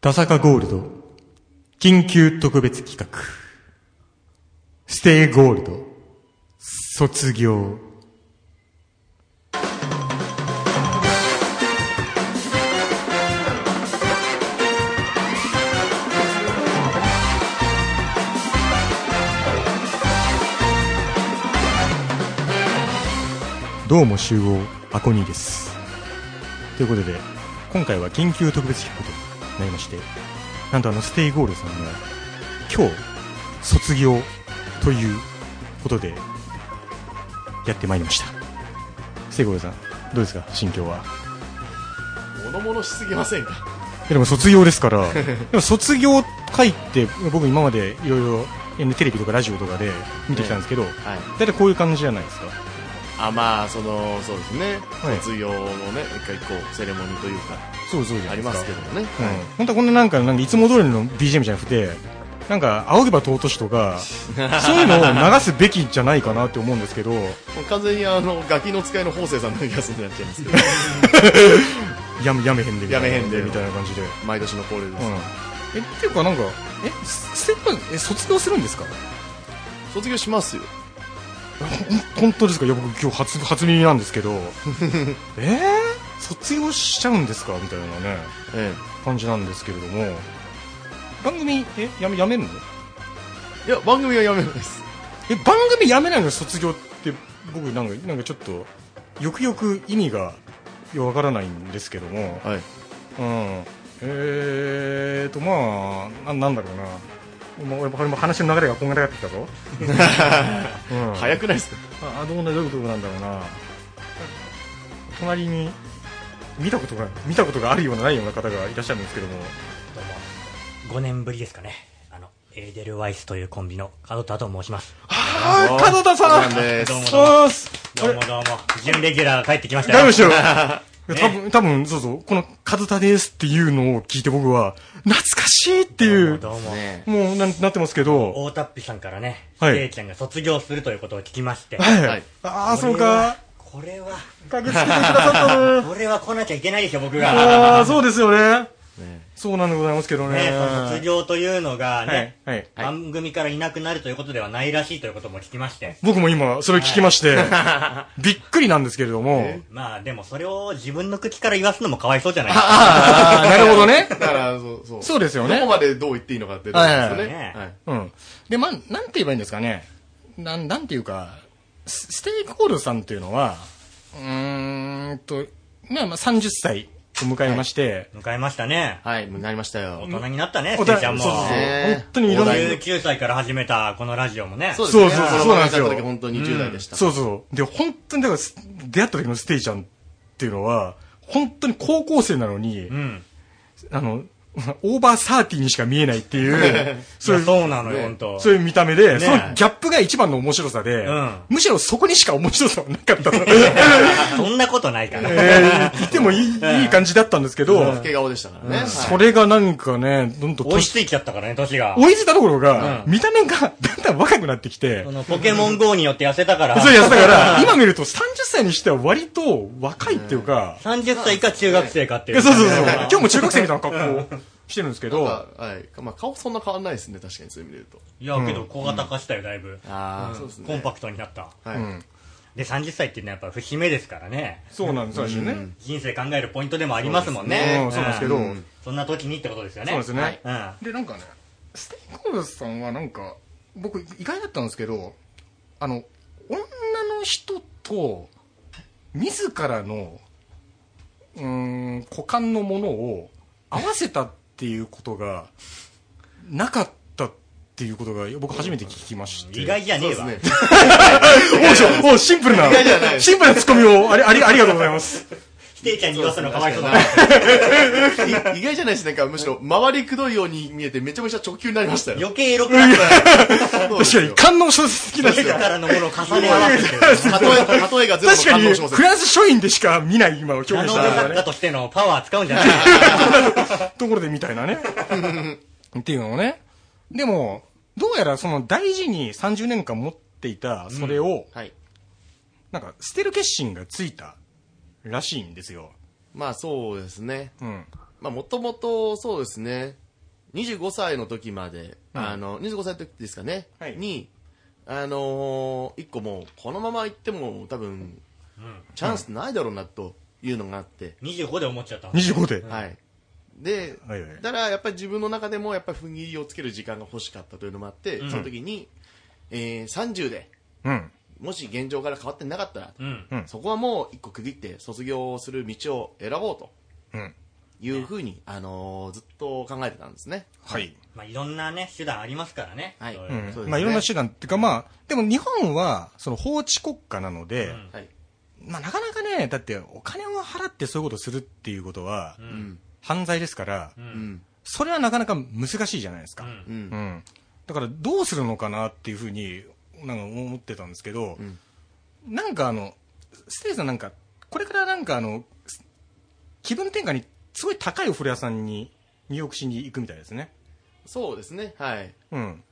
田坂ゴールド緊急特別企画ステイゴールド卒業どうも集合アコニーですということで今回は緊急特別企画となりましてなんとあのステイゴールドさんが今日卒業ということでやってまいりましたステイゴールドさんどうですか心境は物々しすぎませんかいやでも卒業ですから でも卒業会って僕今までいろいろえテレビとかラジオとかで見てきたんですけど、はい大体こういう感じじゃないですかあまあそのそうですね、はい卒業のね一回こうセレモニーというかそうそうじありますけどね、うん本当はこんななんかなんかいつも通りの BGM じゃなくてなんか「仰げば尊し」とかそういうのを流すべきじゃないかなって思うんですけどもう完全にあのガキの使いの方正さんの気がするになっちゃいますけどやめやめへんでみたいなやめへんでみたいな感じで、うん、 毎年の恒例です、えっていうかなんかえすステップえ卒業するんですか卒業しますよほん本当ですかいや僕今日初初耳なんです けどえー、卒業しちゃうんですかみたいなねえ感じなんですけれども番組えやめやめんのえいや番組はやめないですえ番組やめないのに卒業って僕なんかなんかちょっとよくよく意味がよくわからないんですけども、はいうん、えーとまあななんだろうなまあ、俺も俺も話の流れがこんがらがってきたぞ、うん、あ早くないですかあどうなどういうことなんだろうな隣に見たことが見たことがあるようなないような方がいらっしゃるんですけどもどうも5年ぶりですかねあのエーデルワイスというコンビの門田と申しますああ門田さんなんですどうもどうもそうっすどうもどうも準レギュラーが帰ってき ましたダメよでしょ。いや多分、多分、そうそう、この、カズタですっていうのを聞いて僕は、懐かしいっていう、どうもどうもねもうな、なってますけど、大田っぴさんからねはいせいちゃんが卒業するということを聞きましてはい。はいああ、そうか。これは駆けつけてくださ ったね。これは来なきゃいけないですよ僕あがあ、そうですよね。ねそうなんでございますけどね。ねその卒業というのがはいね、はい。はい番組からいなくなるということではないらしいということも聞きまして僕も今、それ聞きまして、びっくりなんですけれども。まあでもそれを自分の口から言わすのもかわいそうじゃないああ、なるほどねだ。からそうそうそうですよねどこまでどう言っていいのかってところですよね、はいはいはいはいうん。で、まあ、なんて言えばいいんですかね。なん、なんていうか、スステークホルさんっていうのは、うーんと、まあまあ30歳を迎えまして、迎えましたねはい、もうなりましたよ大人になったねおせいちゃんもそうそうそうね本当にいろんなお、題19歳から始めたこのラジオもね。そうですねそうそうそうあのそうなんですよお会いした時本当に20代でした、そうそう。で、本当にだからす、出会った時のステイちゃんっていうのは、本当に高校生なのに、うん。あの、 オーバーサーティにしか見えないって いう、そそういうう、そうなのよ、ねほんと。そういう見た目で、ねそのギャップが一番の面白さで、うんむしろそこにしか面白さはなか ったの。そんなことないから。えー、言ってもいいいい感じだったんですけど、老け顔でしたからね、はいそれがなんかね、どんどん追い年ついちゃったからね、年が。追いついたところが、う見た目が だんだん若くなってきてそ、のポケモン GO によって痩せたから。そうやつだから、今見ると30歳にしては割と若いっていうか、 30歳か中学生かっていそうう。そうそう、今日も中学生みたいな格好してるんですけど、なんかはい。まあ、顔そんな変わんないですね、確かに、そういう意味で言ういや、けど小型化したよ、だいぶ。と。あうんそうですね。コンパクトになった。はい。で、30歳っていうのはやっぱ節目ですからね。そうなんですよね。人生考えるポイントでもありますもんうねん。そうなんですけど、そうそんな時にってことですよね。なんですね。ね。うん。で、なんかね、ステイコールさんはなんか、僕意外だったんですけど、あの、女の人と、自らの、うーん、股間のものを合わせたっていうことが、なかったっていうことが、僕初めて聞きまして。意外じゃねそうえですわ。ね。おうしょ、おうシンプルな外じゃない、ですシンプルなツッコミを、あり、あり、ありがとうございます。否定ちゃんに言わすのかわいそうだな。い意外じゃないですね。なんか、むしろ、回りくどいように見えて、めちゃめちゃ直球になりましたよ。余計エロくなったよ。そうで確すかよに、観音小説好きだ自し。らのものを重ね合わせてる。例え、例えが全部確か反に応しま、せんフ。ランス書院でしか見ない今を表ナ現したノベから作ね家としてのパワー使うんじゃないところでみたいな ね。っていうのをね。でも、どうやらその大事に30年間持っていたそれを、はい。なんか捨てる決心がついたらしいんですよ。まあ、そうですね。うん。まあ、もともとそうですね、25歳の時まで、うんあの、25歳の時ですかね、はいに、あのー一個もう、このまま行っても多分、チャンスないだろうなというのがあって、 25で思っちゃったんです25で。はい。で、はいはいだからやっぱり自分の中でもやっぱり踏ん切りをつける時間が欲しかったというのもあって、その時に、えー30で、うん。もし現状から変わってなかったら、うんうんそこはもう一個区切って卒業する道を選ぼうとうん。いうふうに、あのーずっと考えてたんですね。はい。まあいろんなね手段ありますからねはいそうういうですねまあ、いろんな手段っていうか、まあ、でも日本は、その法治国家なので、んはい。まあ、なかなかね、だってお金を払ってそういうことをするっていうことは、うんん。犯罪ですから、ううんん。それはなかなか難しいじゃないですか。うんうんう。ん、だからどうするのかなっていうふうになんか思ってたんですけど、んなんかあのステージさんなんかこれからなんかあのす気分転換にすごい高いお風呂屋さんに入浴しに行くみたいですね、そうですね。はい。うん、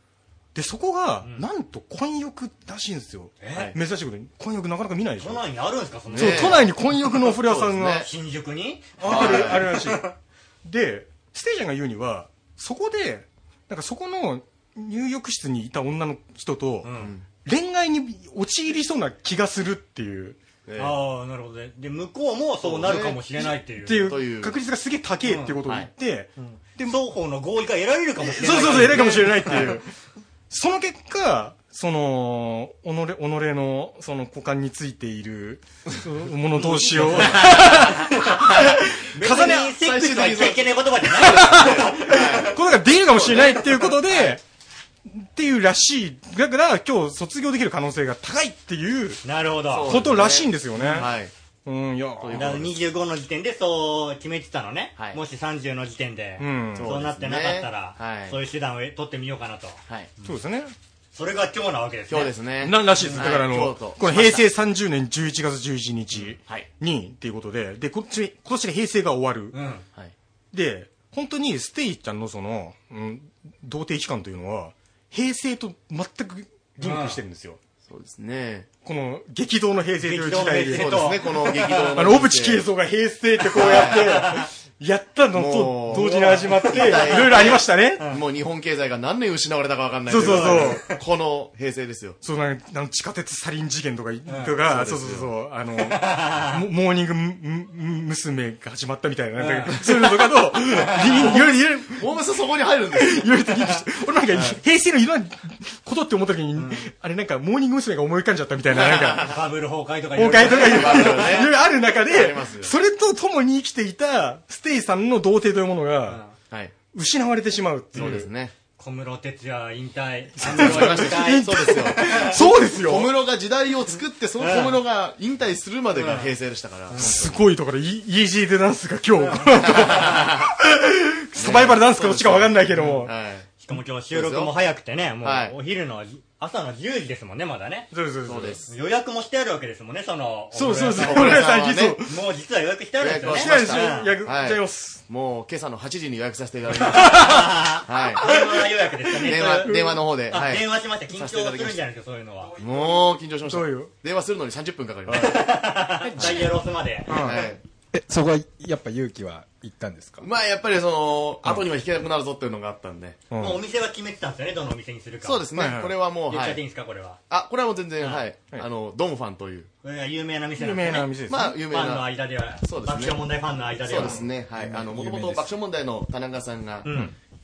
でそこが、んなんと混浴らしいんですよはいえ珍しいことに混浴なかなか見ないでしょ都内にあるんですかそのそうねえ都内に混浴のお風呂屋さんが、そうですね新宿にあはいるあるらしいでステージャンが言うにはそこでなんかそこの入浴室にいた女の人と、うん恋愛に陥りそうな気がするっていう、えーああなるほどねで向こうもそうなるかもしれないっていうっていというう確率がすげえ高えってことを言って、で双方の合意が得られるかもしれなそいうそうそう、偉いかもしれないっていう。その結果、その、己、己の、その股間についている、もの同士を、別重ね合にうセックスは言っちゃいけない言葉じゃないことが出るかもしれないっていうことで、っていうらしい。だから、今日卒業できる可能性が高いっていうなるほどそうことらしいんですよね。はい。うん、いや、というだから25の時点でそう決めてたのね、はいもし30の時点で、うんそうなってなかったらそうですねはいそういう手段を取ってみようかなとはい。そうですね。それが今日なわけですね今日ですね。ならしいです。はいだからあ今の、日とこの平成30年11月11日はい。に、っていうことで、で、こっち、今年で平成が終わる。うんはい。で、本当にステイちゃんのその、うん、童貞期間というのは、平成と全くリンクしてるんですよ。そうですね。この激動の平成という時代激動ので平そ成、うですね、この激動の。あの、小渕恵三が平成ってこうやって、やったのともう同時に始まって、いろいろありましたね。もう日本経済が何年失われたか分かんないそうそうそうう。この平成ですよ。そうなんかなんか地下鉄サリン事件とか、とかそそううそでうすよそう、あの、モモーニングむむ娘が始まったみたいな、なんかそういうのとかと、いろいろ、いろいろ、大娘そこに入るんです よ。いろいろとリンクして、俺なんか平成のいろんなことって思った時に、あれなんかモーニング娘。が思い浮かんじゃったみたいな、なんか、バブル崩壊とかいろ崩いろ壊とかいろいあるよろいろいねろある中あでります、よそれと共に生きていたステイさんの童貞というものが、はい。失われてしまうっていう。そうですね。小室哲也引退安わかりま室し引た退そうですよ。 そうですよ小室が時代を作って、その小室が引退するまでが平成でしたから。すごいところ、イイージーでダンスが今 日、サバイバルダンスかどっちかわかんないけども。はい。しかも今日収録も早くてねもうはいお昼の朝の10時ですもんねまだねそうですそうで。す。予約もしてあるわけですもんねそのそうそうそう。お俺風呂ら屋さん最近そうね。もう実は予約してあるんですよね予来約なはいでしょやく、しましたはいちゃいます。もう今朝の8時に予約させていただきましあた。はい。ー電話の予約ですよ ね電そう話、いう電話の方で。あはい。電話しました緊張するんじゃないですかそういうのはもう緊張しましそうよた。電話するのに30分かかりました。ダイヤロスまではい。え、そこは、やっぱ勇気は行ったんですかまあやっぱりその、後には引けなくなるぞっていうのがあったんで。うんもうお店は決めてたんですよね、どのお店にするか。そうですはいはねい。これはもう、言っはちゃっていいい。んですか、これは。あ、これはもう全然、はい。はいあの、ドンファンという。これが有名な店な有んで名すなよね。店ですね。まあ、有名ファンのな。間では、そうですね爆笑問題ファンの間では。そうですね。はい。あの、もともと爆笑問題の田中さんが、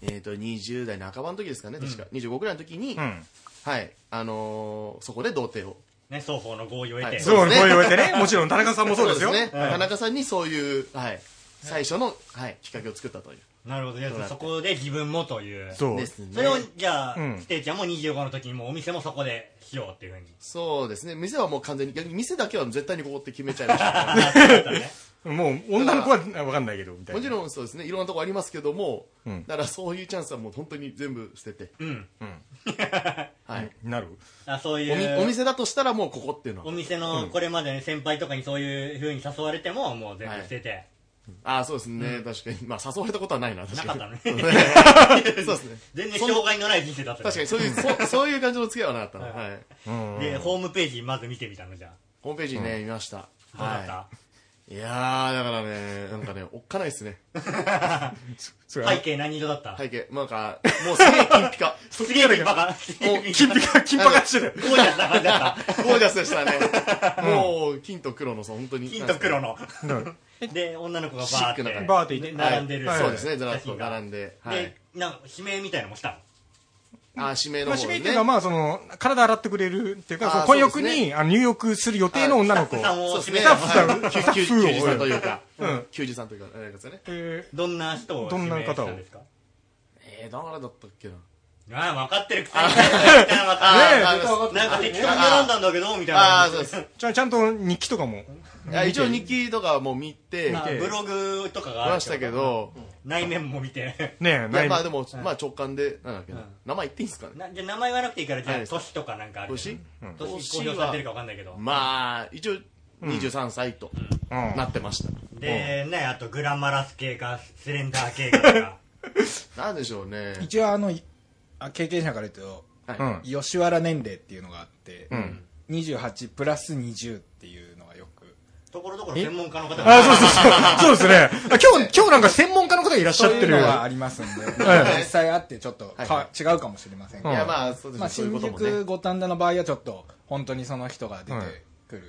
えっと、20代半ばの時ですかね、確か。25ぐらいの時にう、ん。はい。あのー、そこで童貞を。ね、双方の合意を得て。はいそう、そこううですね言われてね。もちろん田中さんもそうですよ。ね。田中さんにそういう、はい。最初の、はい、きっかけを作ったという。なるほど。じゃあそこで自分もという。そう。ですね。それを、じゃあ、うんステーちゃんも25の時にもうお店もそこでしようっていうふうに。 そうですね。店はもう完全に、逆に店だけは絶対にここって決めちゃいましたね。あそうだったねもう、女の子はわかんないけど、みたいな。もちろんそうですね。いろんなとこありますけども、んだからそういうチャンスはもう本当に全部捨てて。うん。はい。なる。あそういおみう。お店だとしたらもうここっていうのおは。店の、これまでね、先輩とかにそういうふうに誘われても、もう全部捨てて。ああ、そうですね。確かに。まあ誘われたことはないな、確なかかっに。たのそね。うですね。全然障害のない人生だった の確かに、そういう、そそういう感じの付き合いはなかったな。はい。うん。で、ホームページまず見てみたのじゃあ。ホームページね、見ました。どうだった、はいいやー、だからね、なんかね、おっかないですね。それ背景何色だった背景。まあなんか、もうすげえ金ピカ。すげえ金バカ。もう金ピカ 金あのパカしてるゴージャスな感じだっゴージャスでしたね。もう、金と黒のさ、本当た。に。金と黒の。の。で、女の子がバシッークなって。バーっていてねはい並んでる。はいそうですね、ずら写っと真が並んで。はいで。、なんか悲鳴みたいなのもしたのあ、指名まのあ、指方名ねっていうのは、まあ、その、体洗ってくれるっていうか、あーその混浴そうですに、あの入浴する予定の女の子。スタッフさんをそうですね。スタッフさんはいスタッフ球球球児さんというかうんうん、球児さんというか、あれですよね。えーどんな人をどんな指名した方をんですかえー、誰だったっけな。ああ、分かってるくせに。なんかねえあーあなんか適当に選んだんだけど、みたいな。あー、そうです。ちゃんちゃんと日記とかも。いや一応日記とかも見て、まあ見てブログとかがあるましたけ。ど、内面も見て。ねえ、いやないまあでも、まあ直感で、なんだっけな、名前言っていいんですかね。なじゃあ名前はなくていいから、じゃはあ、い年とかなんかあるけど。年年公表されてるか分かんないけど。まあ、一応、23歳とうんなってました。で、ね、あとグラマラス系か、スレンダー系かとか。なんでしょうね。一応あのいあ経験者から言うと、はいうん吉原年齢っていうのがあって、ん28プラス20っていうのがよくところどころ専門家の方あーが。そう そうそう。そうですね。あ今日、今日なんか専門家の方がいらっしゃそうっていうる。のはありますん で、はい実際あってちょっとか、はいは違うかもしれませんいが、や、まあ、そうですまあ、ね。そういう新こともね。宿五反田の場合はちょっと本当にその人が出てくる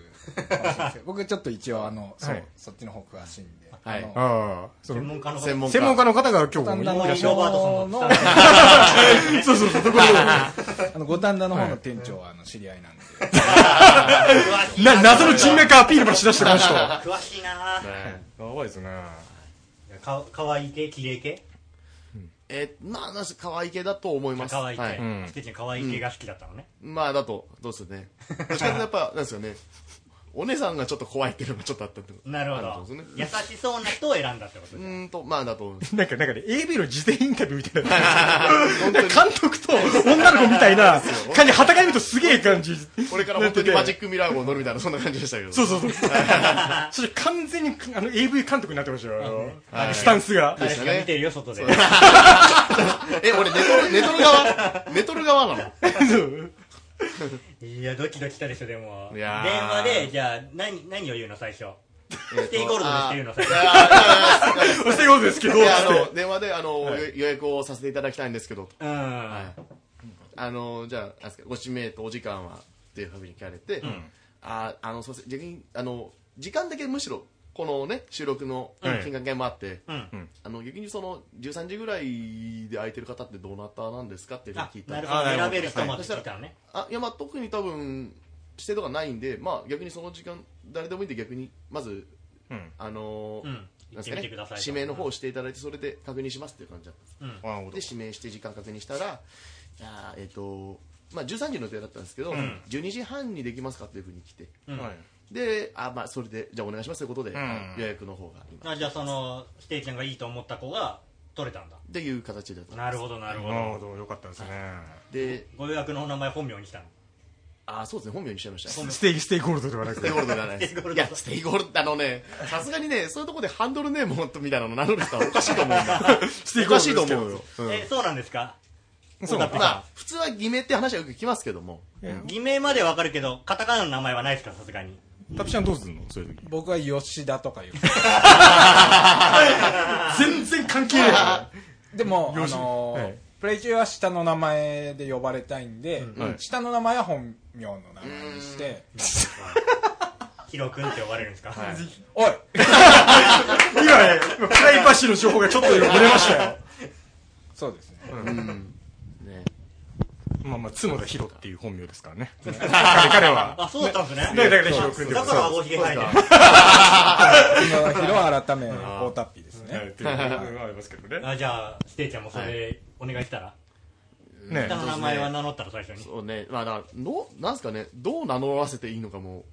かもしれないですけど、僕ちょっと一応あの、そうはいそっちの方詳しいんで、はいあああ、のそ専の、門家の方専門家。専門家の方が今日五反もい田のらっしゃロバートソンののそうそうそう、そこあの五反田の方の店長はあの知り合いなんで、詳しいな、謎の人名脈アピールばしだしてま した。や詳しいなぁはいばいですね。かかわいい系綺麗系えー、まあ、なんせ可愛い系だと思います。かわいいは系い。んステージのかわいい系が好きだったのねまあ、だと、どうですよね。どっちかというとやっぱ、なんですよね。お姉さんがちょっと怖いっていうのがちょっとあったってことなるほあったどんですよ優ね。しそうな人を選んだってことうじゃんーんと、まあ、だと思うん です。なんか、なんかね、AB の事前インタビューみたいな。 本当監に、督と女の子みたいな感じ、はたから見るとすげえ感じ。これから本当にマジク。ックミラー号乗るみたいな、そんな感じでしたけど。そうそうそう。それ完全にあの AV 監督になってましたよあの。はいスタンス が。で彼す氏よねが見てるよ外でえ、俺、寝とる、寝とる側寝とる側なのそういやドキドキしたでしょでもい電やー話でじゃあ何何を言うの最初ステイゴールドですって言うの最初そういうことですけど、で、あつっの、電話で、あの、予予約をさせていただきたいんですけど、うんはあの、じゃあなんですか、ご指名とお時間は、っていうふうに聞かれて、あ、あの、そうです逆に、あの、時間だけむしろ、このね、収録のうん金額券もあって、うんあの、逆にその、13時ぐらいで空いてる方ってどなたなんですかっていうふうにあ聞いたらなるほどあなるほ選どべる人まで聞いたのねあいやまあ特に多分指定とかないんでまあ逆にその時間誰でもいいんで逆にまず、うんあのーうんな行んすってかみねてくださいと指名の方をしていただいてそれで確認しますっていう感じだったんですてあで指名して時間確認したらいやーえっ、とまあ13時の予定だったんですけど、12時半にできますかっていうふうに来てうんはいであまあそれでじゃあお願いしますということで、ん予約の方が今あじゃあそのステイちゃんがいいと思った子が取れたんだっていう形だったんですなるほどなるほなるほどど、よかったですね。でご予約のお名前本名にしたのあそうですね本名にしちゃいましたステイ、ステイゴールドではなくステイて。ゴールドじゃないでステイす。ゴールいドや、ステイゴールド、あのね、さすがにね、そういうとこでハンドルネームみたいなの名乗る人はおかしいと思うんだ。ステイ おゴーかルしいドとですけど思うよ。うんえそうなんですかそうだまあ、普通は偽名って話はよく聞きますけども。偽名までわかるけどカタカナの名前はないですかさすがにタピちゃんどうすんのそういう時。僕は吉田とか言う全然関係なでも、あよしのーはいプレイ中は下の名前で呼ばれたいんで、はい下の名前は本名の名前にして、ヒロ君って呼ばれるんですか、おいい。今ね、今プライバシーの情報がちょっと漏れましたよ。そうですね。ね。まあまあ、角田ヒロっていう本名ですから ね。彼彼は。 あそうだったんですねだからヒロ君でだも。から顎ひげ生えてる今の広改め、大タッピーですはいっね。ていうのがありますけどね。あじゃあステイちゃんもそはれお願いしたら、ね下の名前は名乗ったら最初にそうね。まあ、だから、の、なんすかね、どう名乗らせていいのかも、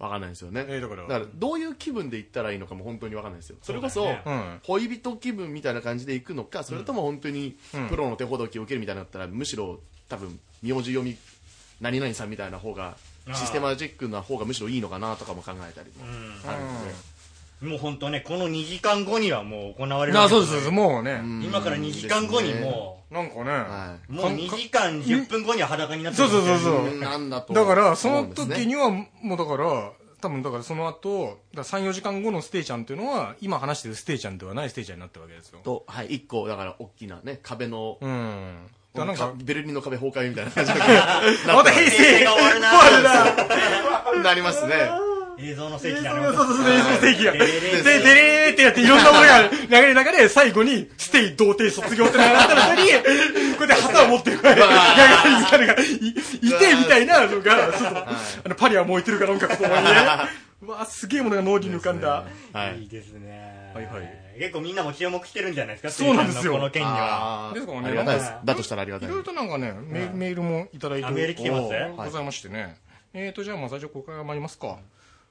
わかんないですよね。ええだからどういう気分で行ったらいいのかも本当にわかんないですよ。それこそそうだよね、うん。恋人気分みたいな感じで行くのか、それとも本当にうんプロの手ほどきを受けるみたいになったら、むしろ多分、名字読み、何々さんみたいな方が、あーシステマチックな方がむしろいいのかなとかも考えたりもあるので、もう本当ねこの2時間後にはもう行われるあ、わけそうすです、そうです。もうね。うん今から2時間後にですねもなんかね。はう、もう2時間10分後には裸になってそうそうそうそうなんだとだから、その思うんです時ねには、もうだから、多分だからその後だから34時間後のステイちゃんっていうのは今話してるステイちゃんではないステイちゃんになったわけですよと、はい、一個、だから、大きなね、壁の、うんだからなんかベルリンの壁崩壊みたいな 感じでまた平成が終わる ななりますね。映像の世紀だそうなそうそう、映像の世紀が。で、レレレでれーってやって、いろんなものが流れ流れ、最後に、ステイ、童貞、卒業って流れたらに、こうやって旗を持ってるから、流れが、い、いて、みたいなのが、そうそうあの、パリは燃えてるかなんか、ここにね。うわあ、すげえものが脳裏に浮かんだ。はいいい。ですね。はいはい結構みんなも注目してるんじゃないですかそうなんですよこの件には。あーですからねありがたいですなんか。だとしたらありがいたいろい。ろとなんかね、メメールもいただいてあメール来てますおーはいございましてね。えーと、じゃあまあ最初ここから参りますか。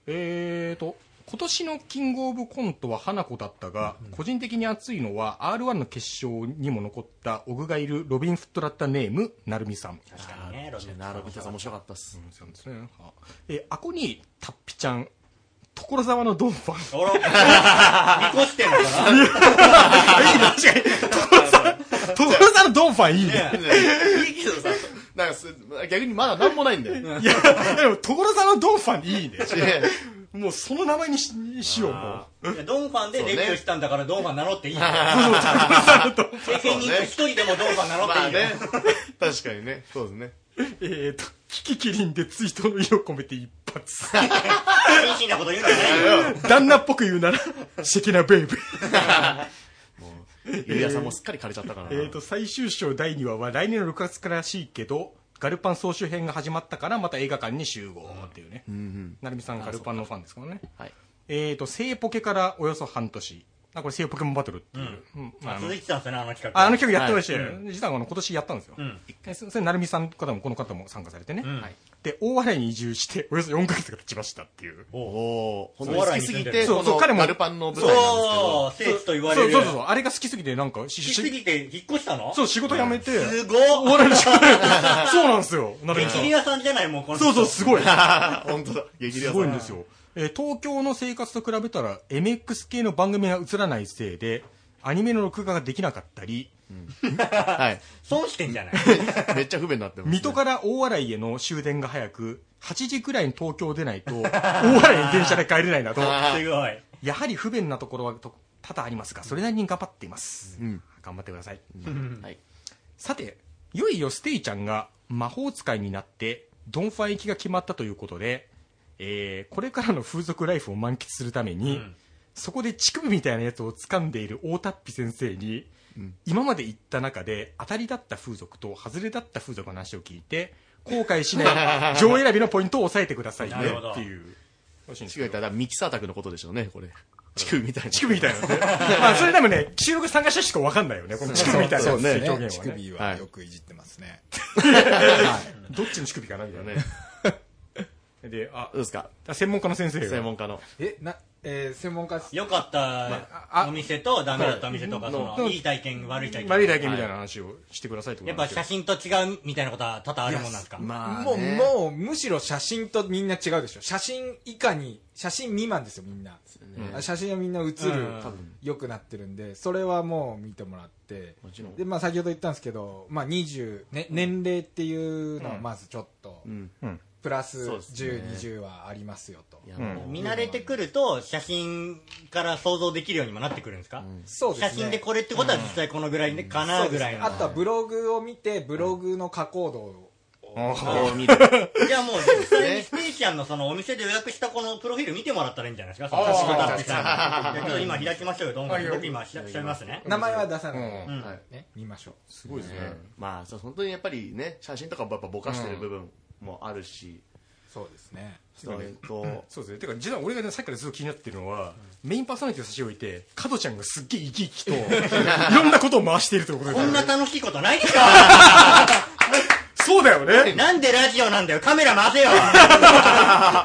えーと、今年のキングオブコントは花子だったが、個人的に熱いのは R1 の決勝にも残ったオグがいるロビンフットだったネーム、なるみさん。確かにね、ロビンなるほど、面白かったっす。そうですね。はえーアコにタッピちゃん、所沢のドンファン。 おろ、見越して んのかな所沢のドンファンいいね。いいけどさ、なんかす逆にまだなんもないんだよ。いや、でも所沢のドンファンいいね。でもうその名前にしにしよう、もう。いやドンファンでデビューしたんだからドンファン名乗っていいよ。経験人一人でもドンファン名 乗まあっていいよね。、確かにね、そうですね。えーと、キキキリンで追悼の意を込めて一発。 真摯なこと言うんじゃないよ。旦那っぽく言うなら、 シェキナベイブ。 ゆりやさんもすっかり枯れちゃったからな。えーと、最終章第2話は来年の6月からしいけど、ガルパン総集編が始まったからまた映画館に集合っていうね。なるみさんガルパンのファンですからね。はい。えーと、聖ポケからおよそ半年。あ、これ聖ポケモンバトルっていう。うんああの続いてたんですよね、あの企画。ああの企画やってましたよ、実はあの今年やったんですよ、んえそそれ成美さん方もこの方も参加されてね、うんはいで大洗に移住しておよそ4ヶ月が経ちましたっていうおおー、本当に好きすぎて、そうこそうの彼もガルパンの舞台なんですけど。そう、聖地と言われる。そうそうそうそうあれが好きすぎてなんかし引きすぎて引っ越したのそう仕事辞めて、すおごっ笑いの仕事そうなんですよ成美さ激んレアさんじゃない、もうこの人そうそうすごい 本当だ。激レすアごいんさんで。すよ、えー東京の生活と比べたら MX 系の番組が映らないせいでアニメの録画ができなかったりはい。 損してんじゃないめっちゃ不便になってますね。水戸から大洗への終電が早く8時くらいに東京出ない と大洗に電車で帰れないなどすごい。やはり不便なところはと多々ありますがそれなりに頑張っています、頑張ってください、はい。さていよいよステイちゃんが魔法使いになってドンファン行きが決まったということで、えーこれからの風俗ライフを満喫するために、うんそこで乳首みたいなやつを掴んでいる大田っぴ先生に、今まで行った中で当たりだった風俗と外れだった風俗の話を聞いて後悔しない 上選びのポイントを押さえてくださいねなるほどっていうらしいんです違けうどたらミキサー宅のことでしょうね、これ。乳首みたいな。乳首みたいなのねまあそれでもね収録参加した人しか分かんないよねこの乳首みたいなやつっていう表現はねね乳首はよくいじってますね。どっちの乳首かなみたいなねね。であどうですかあ専門家の先生が専門家の。え、な、えー、専門家っす、良かったお店とダメだったお店とか、その、いい体験、悪い体験。悪いだけみたいな話をしてくださいってこやとなっんぱですけ写ど真と違うみたいなことは多々あるもんなんですかまあ、もう、ね。もう、むしろ写真とみんな違うでしょ。写真以下に、写真未満ですよ、みんな。あ写真はみんな写るうん多、良くなってるんで、それはもう見てもらってもちろん。で、まあ先ほど言ったんですけど、まあ20、ね、年齢っていうのはまずちょっと、うん。うんプラスそうですね10、20はありますよとい。や、うんもう見慣れてくると写真から想像できるようにもなってくるんですか、そうですね。写真でこれってことは実際このぐらいでかなぐらいの、あとはブログを見て、ブログの加工度を、こう見る。じゃあもう実際にステーキちゃんのそのお店で予約したこのプロフィール見てもらったらいいんじゃないですかその確かに片っぴさんじゃあちょっと今開きましょうよどんどん僕今調べますね名前は出さない。うんうんはいね、見ましょう。すごいですねまあ、そう本当にやっぱりね、写真とかもやっぱぼかしてる部分もあるし、そうですね。それと、そうですねてか実は俺がねさっきからずっと気になってるのはメインパーソナリティを差し置いて加トちゃんがすっげえ生き生きといろんなことを回しているということでこすんなね楽しいことないでしょそうだよ ねなんでラジオなんだよカメラ回せよ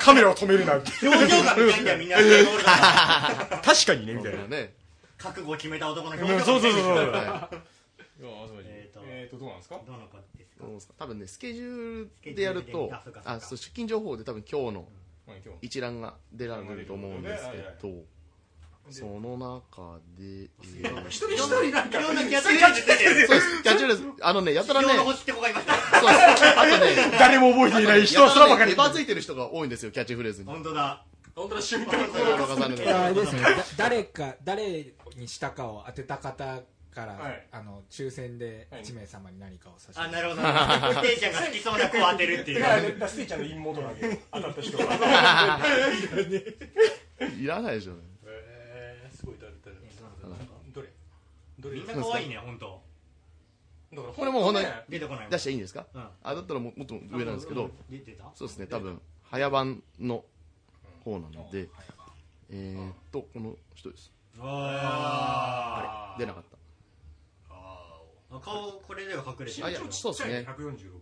カメラを止めるなんて表情が見たいんだよみんな覚確かにねみたいなね、悟を決めた男のう表ん情そがう見そうたいんそうそですようえーとえーとどうなんですかどの子ですかどうですか多分ね、スケジュールでやるスケジとュールであそうかそう、かあ、そう、出勤情報で多分今日のまあ今日一覧が出られると思うんですけど、その中で、えー一人一人なんいかろんなキャッチフレーズ出てるそうですキャッチフレーズあのね、やたら今ね、日そうでの星って子がいましたすあとね、誰も覚えていない人はそやらたばからりね、手ばついてる人が多いんですよ、キャッチフレーズに。本当だ本当の瞬間重ねてあれですね、だ誰か、誰にしたかを当てた方から、はいあの、抽選で1名様に何かを差し上あ、げなるほど。ていちゃんが好きそうな子を当てるっていだう。かならるだスイちゃんの陰謀とかげ当たった人がいらないでしょえーすごい誰誰ほどどれどれみんな可愛いね、本当。だからこれもうほんとにね出てこないもん。出していいんですかうんあだったらももっと上なんですけど出てたそうですね多分早番の方なのでえーっとこの人ですあ出なかったた顔これでは隠れてあいるやそうですね146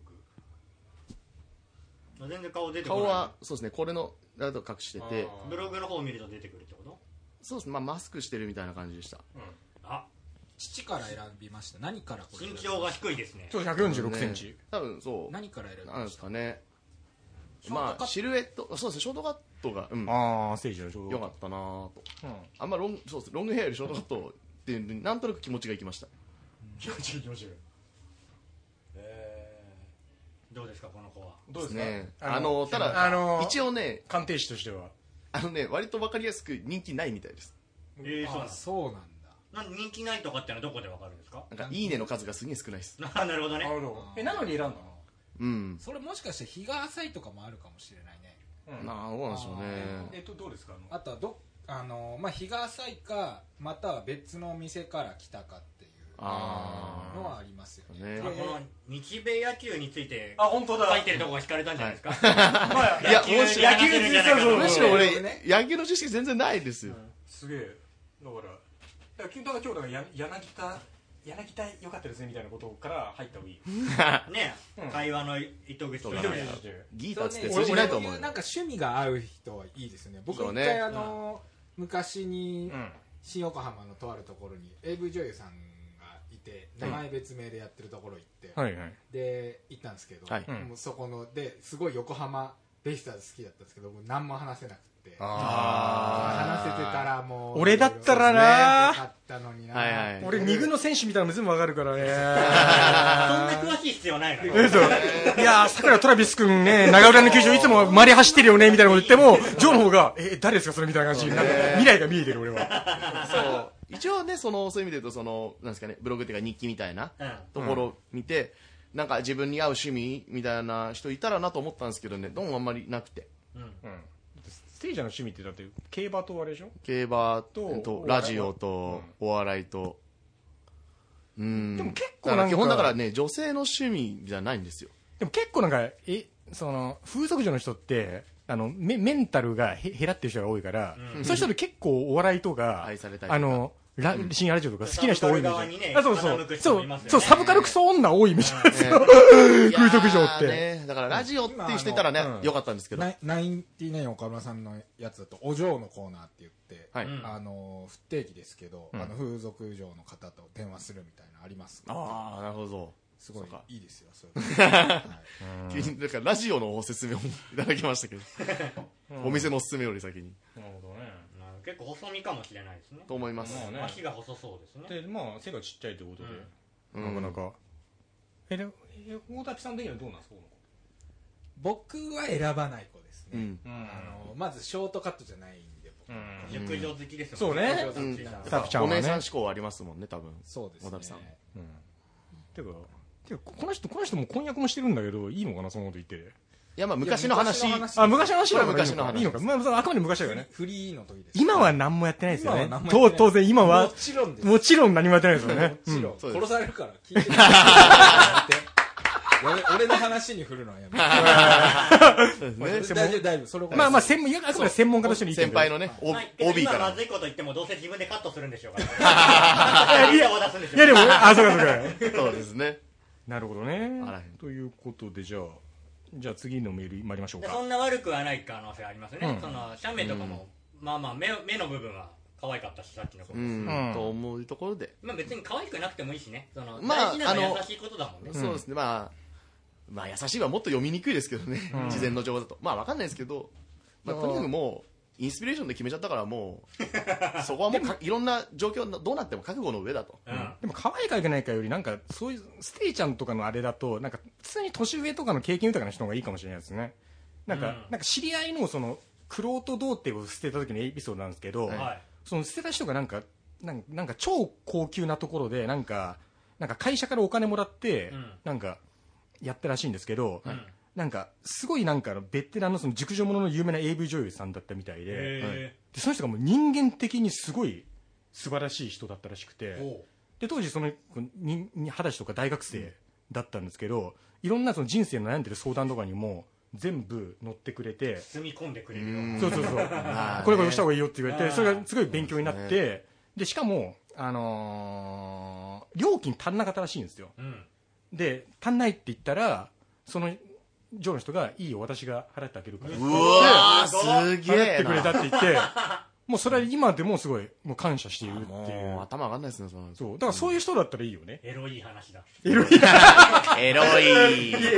全然顔出てこない顔はそうですねこれのだと隠しててあブログの方を見ると出てくるってことそうですねまあマスクしてるみたいな感じでしたあ父から選びました。何からこれ身長が低いですねそう146センチ、ね多分そう何から選びなんまでしすたかねショーまトカットあシルエットそうですねショートカットがうんああステージのちょうよかったなぁとた、うんあんまロングそうですロングヘアよりショートカットっていうのになんとなく気持ちがいきました気持ちいい気持ちいいえどうですかこの子はーどうですかねあのあのただ、あの一応ね鑑定士としてはあのね割と分かりやすく人気ないみたいですええそうなんあですそうなんだ。なん人気ないとかってのはどこでわかるんですかなんか「いいね」の数がすげえ少ないです あなるほどなねるほどえなのに選んだのうんそれもしかして日が浅いとかもあるかもしれないね。うんなあどうなんでしょうえねっとどうですかああとはど、あの、まあ、日が浅いか、または別の店から来たかっていうあのはありますよねね。あこの日米野球についてのあ本当だ書いてるとこが引かれたんじゃないですかはいいやもし 野球にかと野むし球ろなるほ俺どね野球の知識全然ないですよ、すげえだからだから君だから今日だからや柳田柳田良かったですねみたいなことから入った方がいいねうん会話の糸口とかそうねだ緑にねして ギーターっつってそ通うねじないと思う俺よのなんか趣味が合う人はいいですよね僕そう一ね回あの、昔にうん新横浜のとあるところに AV 女優さんがいて名前別名でやってるところ行って、はいはいで行ったんですけど、はいもうそこのですごい横浜ベイスターズ好きだったんですけどもう何も話せなくてあ話せてたらもう俺だったらなよかったのにな、はいはい俺二軍の選手見たら全部わかるからね そんな詳しい必要ないのよそういやー、桜トラビス君ね、長浦の球場いつも周り走ってるよね、みたいなこと言っても、ジョーの方が、え、誰ですかそれみたいな感じになって、未来が見えてる俺は。そう一応ねそのそういう意味で言うとそのなんですかねブログっていうか日記みたいなうんところを見て、なんか自分に合う趣味みたいな人いたらなと思ったんですけどねどうもあんまりなくてステージャーの趣味ってだって、競馬とあれでしょ競馬ととお笑いラジオとお笑いとうんでも結構だなからんか基本だからね女性の趣味じゃないんです よでも結構なんか、え、その、風俗女の人って、あの、メメンタルがへ減らってる人が多いから、そういう人で結構お笑いとか、愛されたいとかあの、ラ深夜ラジオとか好きな人多いんですサブカル側よ、にねあそう傾そうく人そもいうますよねそうサブカルクソ女多いみたいな、風俗嬢ってだからラジオっていう人いたらね今あのうんよかったんですけどナイナインティナイン岡村さんのやつだとお嬢のコーナーって言って、はいうんあの不定期ですけど、あの風俗嬢の方と電話するみたいなのありますああなるほどすごそいうかいいですよそれ はい急にだからラジオの説明をいただきましたけどお店のおすすめより先になるほどねうん結構細身かもしれないですねと思いますまあね足が細そうですねでまあ背がちっちゃいということで、うんなかなかえでえ大滝さん的にはどうなんですか僕は選ばない子ですうね、んうんあのまずショートカットじゃないんで僕、うん熟女好きですそうねショートカットじゃないスタッフちゃんおはね姉さん志向はありますもんね多分そうです小ね田さんてかてかここの人この人も婚約もしてるんだけどいいのかなそのこと言っていやまあ昔の話いや昔あ昔の話だからこれは昔の話いいのかいいのか、まあそう、あくまで昔だよねフリーの時です今は何もやってないですよね今は何もやってなとい当然今もはちろんですもちろん何もやってないですよもねちろん、そうです殺されるから聞いてくださいやめて俺俺の話に振るのはやめてね大丈夫大丈夫それこそまあまあ専門いやあくまで専門家としての意見だよ先輩のねおはい OB 今かまらずいこと言ってもどうせ自分でカットするんでしょう から。いや、出すんでしょいやでもあそうか そうかそうですねなるほどねあらへんということでじゃあじゃあ次のメール参りましょうでかそんな悪くはない可能性ありますね、うんその写メとかも、まあまあ目目の部分は可愛かったしさっきの子、うんうんと思うところでまあ別に可愛くなくてもいいしねその、まあ大事なのあのは優しいことだもんねそうですね、まあ、まあ優しいはもっと読みにくいですけどね、事前の情報だとまあわかんないですけど、まあ、とにかくもうインスピレーションで決めちゃったからもうそこはもうかいろんな状況などうなっても覚悟の上だとうん、でも可愛いかいけないかよりなんかそういうステイちゃんとかのあれだとなんか普通に年上とかの経験豊かな人の方がいいかもしれないですねなんか、うんなんか知り合いのそのクロート童貞を捨てた時のエピソードなんですけど、はいはい。その捨てた人がなんかなんなんか超高級なところでなんかなんか会社からお金もらって、うんなんかやったらしいんですけど、うん。なんかすごいなんかあのベテランのその熟女ものの有名な AV 女優さんだったみたいで、へでその人がもう人間的にすごい素晴らしい人だったらしくて、え。おうで当時そのこうにに二十歳とか大学生だったんですけど、いろんなその人生の悩んでる相談とかにも全部乗ってくれて、包み込んでくれるよ。うんそうそうそうまあねこれこれした方がいいよって言われあてーそれがすごい勉強になそっうて、でしかも、あのー料金足んなかったらしいんですようん。で足んないって言ったらその上の人がいいよ私が払ってあげるからうわーすげ払っえてくれたなって言 ってもうそれは今でもすごいもう感謝しているっていもうう頭上がんないですねそのそうだからそういう人だったらいいよね、エロいい話だ。エロいエ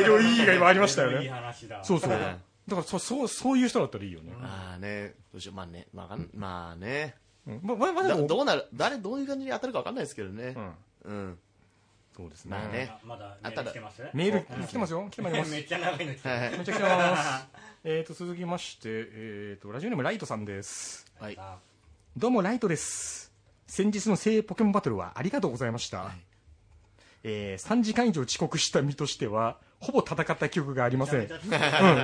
ロいが今ありましたエよロいいね話だ。そうそううだんからそそうそういう人だったらいいよね、まあねどうしようまあねまあわかんまあねうんまままだだどうなる誰どういう感じに当たるかわかんないですけどねうん、うんそうですね,、まあねあまだメール来てますメール 来て ますよ来てますめっちゃ長いの来てはる。いめっちゃ来てます。えーと、続きまして、えーと、ラジオネームライトさんです。はいさどうも、ライトです。先日の精鋭ポケモンバトルはありがとうございました。えー、3時間以上遅刻した身としては、ほぼ戦った記憶がありません。だ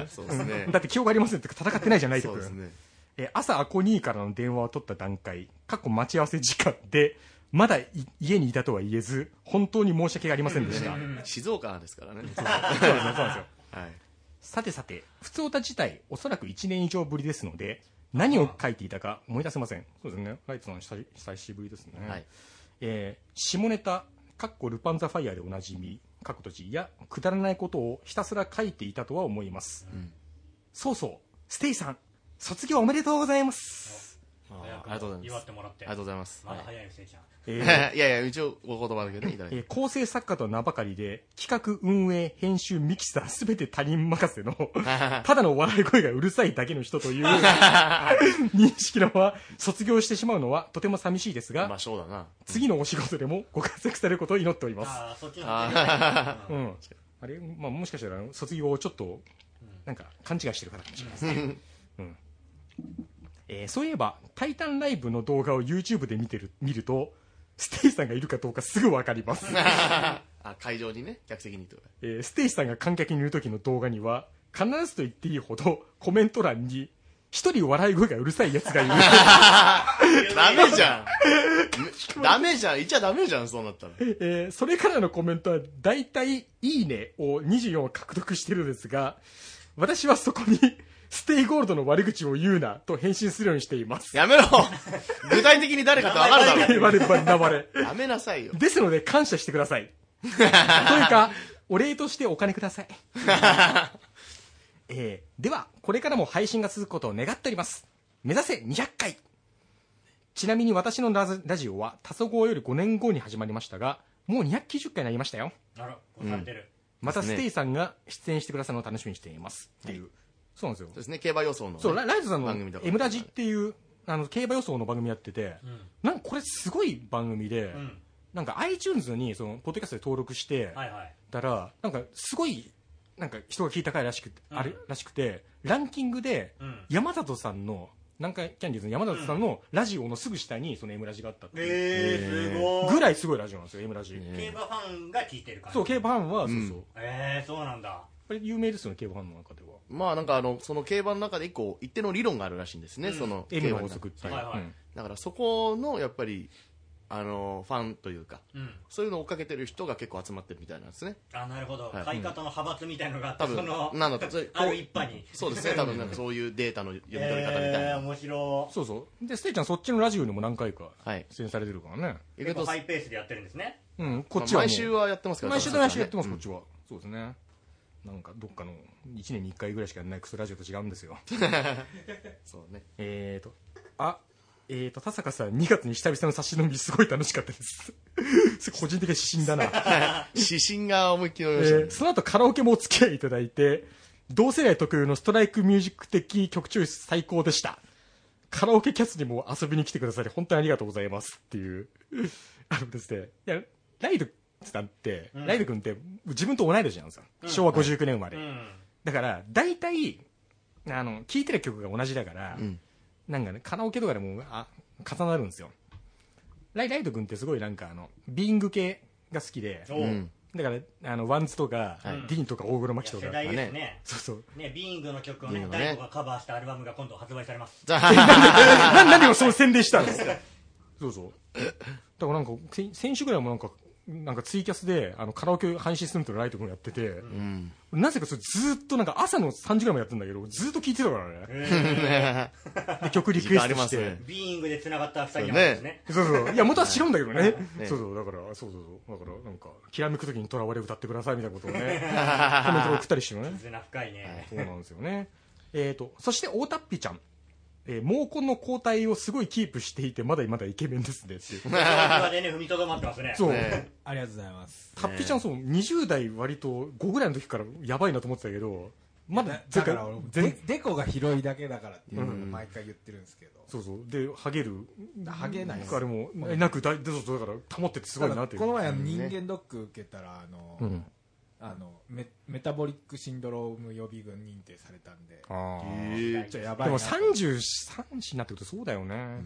そうですねって記憶ありませんってか戦ってないじゃないとそうくですん。ねえー朝アコニーからの電話を取った段階、過去待ち合わせ時間で、まだい家にいたとは言えず、本当に申し訳ありませんでした。静岡ですからねそうなんですよそうなんですよ。はいさてさて、普通歌自体、おそらく1年以上ぶりですので、何を書いていたか思い出せません。そうですね。ライトさん、久し久しぶりですね。はいえー下ネタ、かっこルパンザファイアでおなじみ、かっこ閉じや、くだらないことをひたすら書いていたとは思います。んそうそう、ステイさん、卒業おめでとうございます。あーあありがとうございま祝っすてもらって。ありがとうございますまだはい早いよ、せいちゃん。えー いやいや一応ご言葉だけねいた だいえてー構成作家とは名ばかりで、企画、運営、編集、ミキサー、すべて他人任 せの、ただの笑い声がうるさいだけの人という認識のまま、卒業してしまうのはとても寂しいですまがあ、そうだな次のお仕事でもご活躍されることを祈っております。ああ、そっちのあう方ん。あれ、まあ、もしかしたら、卒業をちょっと、なんか、勘違いしてる方かもしれないですね。うん。えーそういえば、タイタンライブの動画を YouTube で見てる、見ると、ステイさんがいるかどうかすぐわかり ます。あ会場にね客席にとかえーステイシさんが観客にいる時の動画には必ずと言っていいほどコメント欄に一人笑い声がうるさいやつがいるダメじゃんダメじゃん言っちゃダメじゃんそうなったらえーそれからのコメントは大体「いいね」を24を獲得しているのですが私はそこに「ステイゴールドの悪口を言うな」と返信するようにしていますやめろ具体的に誰かって分かるだろ言われば名われやめなさいよですので感謝してくださいというかお礼としてお金ください、えーではこれからも配信が続くことを願っております目指せ200回ちなみに私のラズラジオは多祖号より5年後に始まりましたがもう290回になりましたよあら、押されてる。またですスねテイさんが出演してくださるのを楽しみにしていますっていう、そうなんですよそうですね競馬予想のねそうラライトさんの番組と「か M ラジ」っていうあの競馬予想の番組やってて、うん。なんかこれすごい番組で、うん。なんか iTunes にそのポッドキャストで登録して、はいはい。たらなんかすごいなんか人が聞いた回らしくて、うんあれらしくてランキングでうん。山里さんの南海キャンディーズの山里さんのラジオのすぐ下にその M ラジがあったっていうええ、すごぐい。らいすごいラジオなんですよ M ラジ、ね競馬ファンが聞いてる感じ。そう競馬ファンは、んそうそうええ、そうなんだ。これ有名ですよね競馬ファンの中ではまあなんかあのその競馬の中で一個一定の理論があるらしいんですね、うんその M 競の馬法則っていう、はいはいうんだからそこのやっぱりあのファンというかうん。そういうのを追っかけてる人が結構集まってるみたいなんですねあ、なるほど。はい買い方の派閥みたいのがあって、多そ分の、なんだったそれある一派に。そうですね多分なんかそういうデータの読み取り方みたいええ、な、面白そうそうでステイちゃんそっちのラジオにも何回かはい出演されてるからね、い。結構ハイペースでやってるんですね。うんこっちはもう毎週はやってますから毎週と毎週やってます、うんこっちはそうですねなんかどっかの1年に1回ぐらいしかやらないクソラジオと違うんですよそうねえーと、あ、えーと、田坂さん、2月に久々の差し飲み、すごい楽しかったです。 それ個人的に指針だな。指針が思いっきりえ読みまーしその後カラオケもお付き合いいただいて、同世代特有のストライクミュージック的曲チョイス最高でした。カラオケキャスにも遊びに来てくださり、本当にありがとうございますっていう。 あのですね、いや、ライドさんって、ライド君って自分と同い年なんですよ。昭和59年生まれ。うん。だから、大体、あの聴いてる曲が同じだから、うんなんかねカラオケとかでもあ重なるんですよライライト君ってすごいなんかあのビーイング系が好きでおううんだからあのワンズとか、はいディーンとか大黒摩季とか世代ですねそうそうねビーイングの曲をビーイねングね大悟がカバーしたアルバムが今度発売されますじゃあな何をその宣伝したのそうそうだからなんかせ先週ぐらいもなんかなんかツイキャスであのカラオケ配信するのとライト君やってて、うんなぜかそれずーっとなんか朝の3時ぐらいもやってんだけどずーっと聴いてたから ねで曲リクエストして、時間ありますねビーイングでつながった二人なんですねそうそういや元は違うんだけどね ねそうそうだからそうそうそうだからなんかきらめく時にとらわれ歌ってくださいみたいなことをねコメントを送ったりしてね絆深いねそうなんですよね。えー、とそして大田っぴちゃん、えー毛根の抗体をすごいキープしていてまだまだイケメンですねっていう今でね踏みとどまってますねそう、ねありがとうございます。たっぴちゃんそう20代割と5ぐらいの時からやばいなと思ってたけどまだだ前だ回から俺も全で、でこが広いだけだからっていうのを毎回言ってるんですけど。そうそうでハゲるハゲないですあれもなくだいそうそうだから保っててすごいなっていただこのう。前あの人間ドック受けたら、あの、うんあのメ、メタボリックシンドローム予備軍認定されたんで、あーえちょっとやばでいもなと。 33になってくるとそうだよね、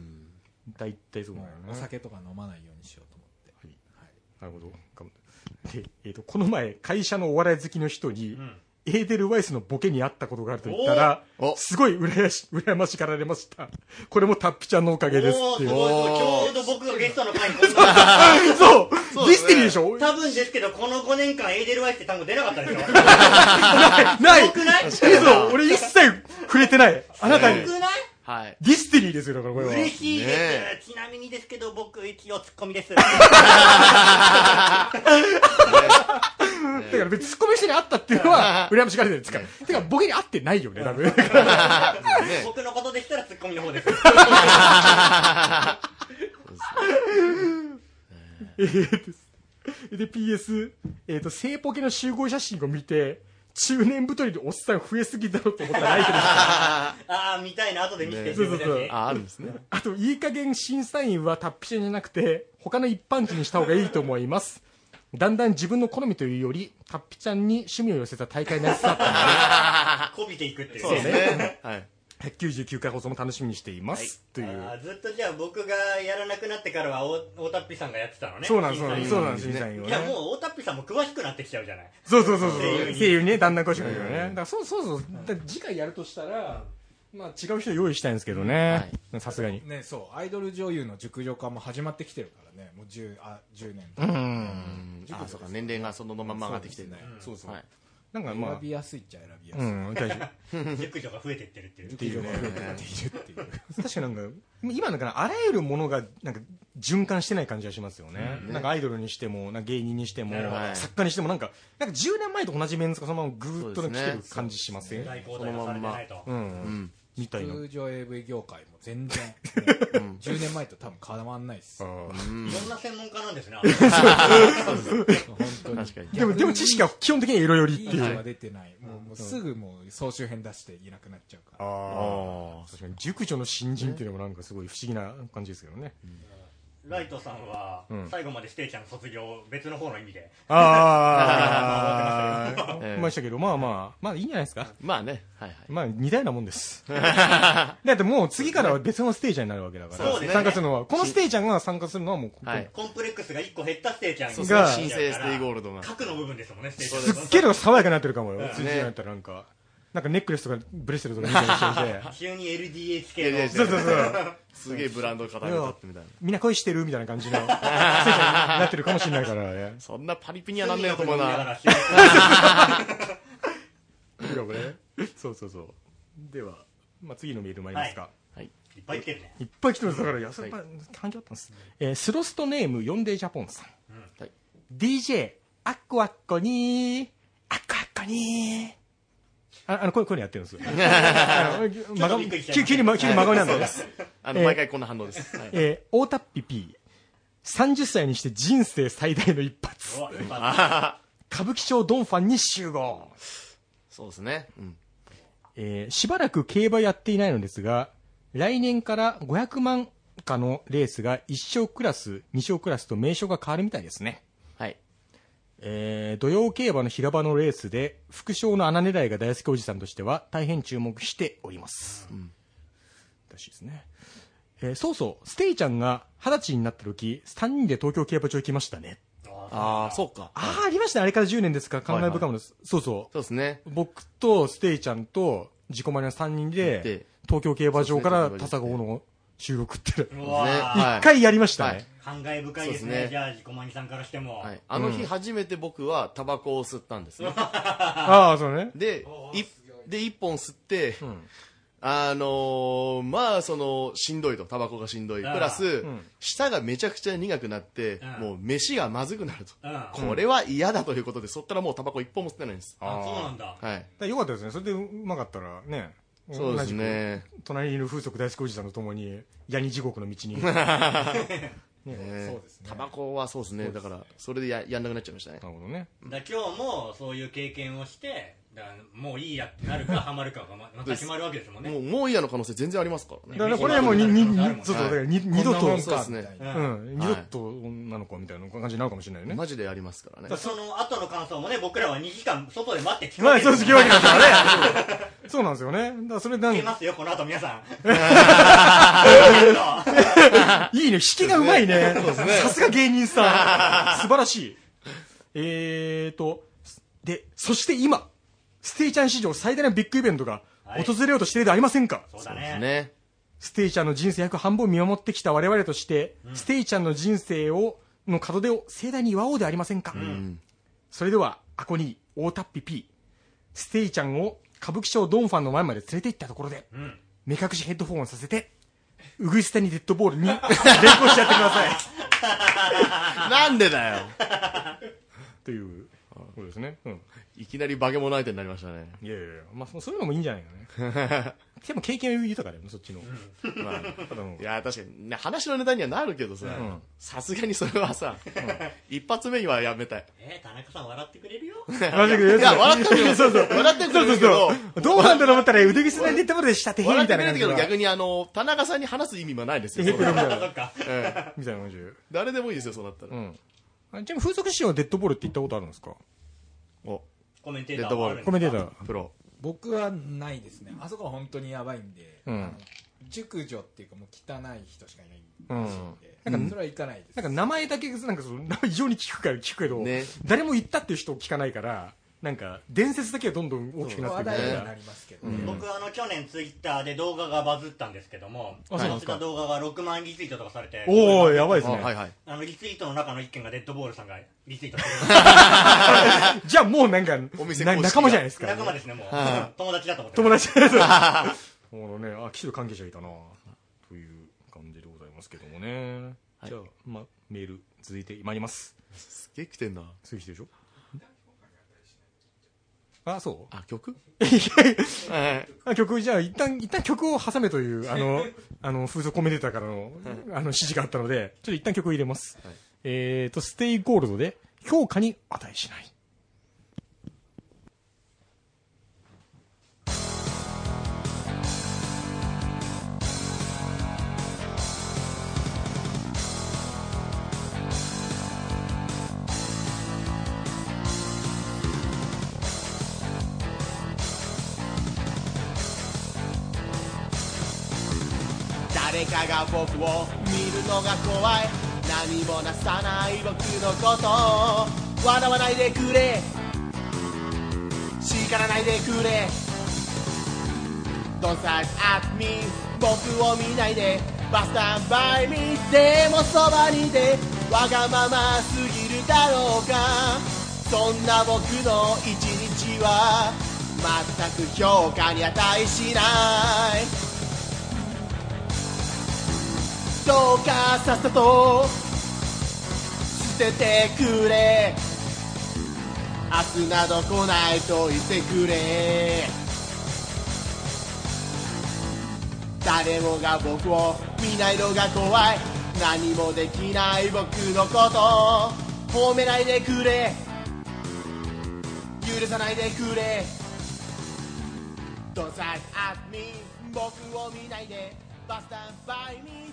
大体そうだもよねうお酒とか飲まないようにしようと思って。なるほど頑張ってで、えー、とこの前会社のお笑い好きの人に、んエーデル・ワイスのボケにあったことがあると言ったらおおすごい羨まし羨ましがられましたこれもタッピちゃんのおかげですおおってすいごいうすそうおごいーちょうど僕がゲストの回に今度そうディですねスティニーでし ょ多分ですけどこの5年間エーデルワイスって単語出なかったで しょない多くないそう俺一切触れてないあなたに多くないはいディスティニーですよだからこれは嬉しいです、ねちなみにですけど僕一応ツッコミですだから別にツッコミ人に会ったっていうのは羨ましがられてるんですからてかボケに会ってないよね多分ね僕のことでしたらツッコミの 方ですえーですで PS、えー、と性ポケの集合写真を見て中年太りでおっさん増えすぎだろと思ったらラ イトでしたああ見たいな後で見せてそうそうそう自分たちああるんですねあといい加減審査員はタッピシャじゃなくて他の一般人にした方がいいと思いますだんだん自分の好みというよりタッピちゃんに趣味を寄せた大会になりつつあった のこびていくっていうそうですねはいで199回放送も楽しみにしています、というあーずっとじゃあ僕がやらなくなってからはお大田っぴさんがやってたのねそうなんですそうなんですそう審なんです審査員を査員ねいやもう大田っぴさんも詳しくなってきちゃうじゃないそうそうそうそう声優に声優にねだんだん詳しくなるよねだからそうそうそうだから次回やるとしたらまあ違う人用意したいんですけどねさすがにね、そう、アイドル女優の熟女化も始まってきてるからね、もう10、あ、10年。うんあそうか年齢がそのまま上がってきてるねそうそう。はいなんかまあ選びやすいっちゃ選びやすうい。ん、大丈夫。熟女が増えてってるっていう熟女が増えてっているっていう。 確かになんか、今なんかあらゆるものがなんか循環してない感じがしますよね。なんかアイドルにしても、なんか芸人にしてもなるほど、作家にしてもなんか、なんか10年前と同じメンツがそのままぐーっとねそう来ですてねる感じしません代行代がされてないとう。うんんみたいな。通常 AV 業界も全然、ね10年前と多分変わんないですあよー いろんな専門家な んですね本当に確かにでも、でも知識は基本的にエロよりっいいてい人うは。出てないもうもうすぐもう総集編出していなくなっちゃうからああ。確かに、熟女の新人っていうのもなんかすごい不思議な感じですけど ね。ライトさんはん最後までステイちゃんの卒業を別の方の意味でああ。ええ思い ましたけど、まあまあ、まあいいんじゃないですか。まあねはいはいまあ、似たようなもん です。だってもう次からは別のステージャーになるわけだから。そうですね参加するのは、このステージャーが参加するのはもうここ、はいコンプレックスが1個減ったステイちゃんにうそう新生ステイゴールドが核の部分ですもんねステイちゃん。すっげえなんか爽やかになってるかもよ。通常になったらなんか、なんかネックレスとかブレスレットとかみたいなしてて 急に LDH いやいや系いそのうそうそう。すげえブランド固めたってみたいなみんな恋してるみたいな感じの、ステージャーになってるかもしれないからね。そんなパリピにはなんねえと思う海のな国見ながらいいかもね。そうそうそう。では、まあ次のメール参りますか。はいいっぱい来てるねいっぱい来てますだから、いやそれやっぱ関係あったんです。えースロストネーム 4day ジャポンさん。はい DJ、アッコアッコにー、アッコアッコにー。ああの、こういうこういうのやって るんですよ。あの真顔びっくりしちゃいまし急た急に真、急に真顔になるんです。あの毎回こんな反応ですはいえー、大田っぴ P。30歳にして人生最大の一発。おいっぱいあ歌舞伎町ドンファンに集合。そうですねうんえーしばらく競馬やっていないのですが、来年から500万かのレースが1勝クラス、2勝クラスと名称が変わるみたいですね。はいえー土曜競馬の平場のレースで副賞の穴狙いが大好きおじさんとしては大変注目しております、らしいですね、えーそうそうステイちゃんが二十歳になった時3人で東京競馬場行きましたねああそうかああありましたねあれから10年ですか考え深もです、そうそうそうですね僕とステイちゃんと自己マリの3人でで東京競馬場からそうですね田坂郷の収録ってう1ねわーはい回やりましたね、はい感慨深いですそうねですねじゃあ自己マニさんからしても、はい、あの日初めて僕はタバコを吸ったんですねああそうねでいで一本吸って、あのーまあそのしんどいとタバコがしんどいプああラス、ん舌がめちゃくちゃ苦くなって、うんもう飯がまずくなると、うんあこれは嫌だということでそこからもうタバコ一本も吸ってないんです、そうなんだはいだからよかったですねそれでうまかったらねそうですね同じく隣にいる風俗大好きおじさんと共にヤニ地獄の 道にねねそうですねタバコはそうですねだからそれでややんなくなっちゃいましたねなるほどねだから今日もそういう経験をしてだからもういいやってなるかハマるかがままた決まるわけですもんねもうもう嫌の可能性全然ありますからだかねらこれはもうにににはいそうそうだからに二度こんなともんそうでかすみねたいなうんうん二度と女の子みたいな感じになるかもしれないよねマジでありますからねその後の感想もね僕らは2時間外で待って聞くまわあけでそうす聞もくわんけですから ねそうなんですよねだからそれなん聞けかますよこの後皆さんいいね、引きがうまいね。さすが芸人さん。 素晴らしい。えーと、で、そして今、ステイちゃん史上最大のビッグイベントがはい訪れようとしているではありませんか、そうだねねステイちゃんの人生約半分を見守ってきた我々として、ステイちゃんの人生を、の門出を盛大に祝おうではありませんか、それでは、アコニー、大タッピ P、ステイちゃんを歌舞伎町ドンファンの前まで連れて行ったところで、ん目隠しヘッドフォンをさせて、うぐいす谷デッドボールに連行しちゃってください。なんでだよということですね。うん。いきなり化け物相手になりましたねいやいやいや、まあそそういうのもいいんじゃない かね。でも経験豊かだよね、そっちの。まあただのいや確かに、ね、話のネタにはなるけどさんさすがにそれはさ、一発目にはやめたいえー、田中さん笑ってくれるよマジでいや笑ってるよそうそう。笑ってくれるけそどうそう。どうなんだろうと思ったら腕ぐすなりでってもらでしたてへん笑みったていくなれ感じるけがど逆にあの田中さんに話す意味はないですよえそくうるなみん たいそなっかみたいな感じで。う誰でもいいですよそうなったら、ん。あちなみに風俗師匠はデッドボールって言ったことあるんですかおコメンテーターもあるんですコメンテーター。プロ僕はないですねあそこは本当にやばいんで、うんあの熟女っていうかもう汚い人しかいないうんらしいんで、なんかそれは行かないですなんか名前だけ、なんかその、名前異常に聞くから聞くけど、ね誰も言ったっていう人を聞かないから、なんか伝説だけはどんどん大きくなって話いくみた題いになはなりますけどね、僕あの去年ツイッターで動画がバズったんですけどもあそうなんですかバズった動画が6万リツイートとかされておー、やばいであすね。はいはいあのリツイートの中の一件がデッドボールさんがリツイートしてじゃあもうなんか、お店公式なが仲間じゃないでするか。仲間ですねもう友達だと思って友達達です。もうね、あ、来てる関係者いたなという感じでございますけどもね。じゃあ、ま、メール続いてまいります。すげえ来てんな次来てるでしょあ、そうあ曲はいあ曲、じゃあ、一旦、一旦曲を挟めと いう、あの、あの、風俗コメンテーターからの、あの、指示があったので、ちょっと一旦曲を入れます。えーと、ステイゴールドで、評価に値しない。誰かが僕を見るのが怖い何もなさない僕のことを笑わないでくれ叱らないでくれ Don't stare at me 僕を見ないでバスタンバイ見てもそばにいてわがまますぎるだろうかそんな僕の一日は全く評価に値しないどうかさっさと捨ててくれ明日など来ないと言ってくれ誰もが僕を見ないのが怖い何もできない僕のことを褒めないでくれ許さないでくれ Don't stare at me 僕を見ないでバスタンバイ見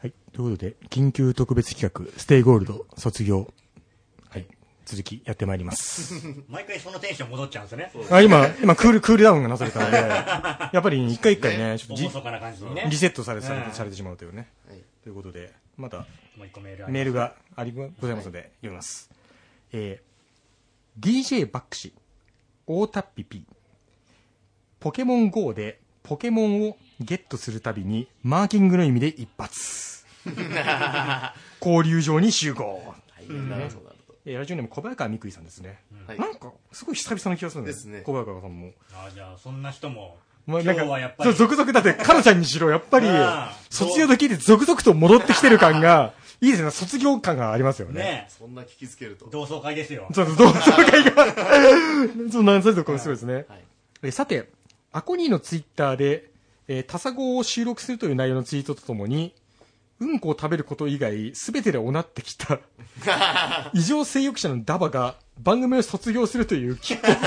はいということで緊急特別企画「ステイゴールド卒業」はい続きやってまいります毎回そのテンション戻っちゃうんですね。あ今、今クール、クールダウンがなされたので、やっぱり一回一回ね、ちょっとじ厳かな感じにねリ。セットされされうんされてしまうというね。ということで、またもう一個メールありメールがありございますので、読みます。えー DJ バック氏、大田っぴぴ、ポケモン GO でポケモンをゲットするたびに、マーキングの意味で一発。交流場に集合。大変だな、そうなると。えーラジオネーム小早川みくいさんですね。はいなんか、すごい久々な気がするんですね小早川さんも。ああ、じゃあ、そんな人も、ま今あ、日なんかはやっぱそうり、続々だって、カロちゃんにしろ、やっぱりああ、卒業の聞いて続々と戻ってきてる感 が、いいですね、卒業感がありますよね。ね、そんな聞きつけると。同窓会ですよ。そうそう、同窓会 が、そう、何歳とかもすごいですね。はいえさて、アコニーのツイッターで、えー、タサゴを収録するという内容のツイートとともに、うんこを食べること以外、すべてでおなってきた、異常性欲者のダバが番組を卒業するというきっかけで、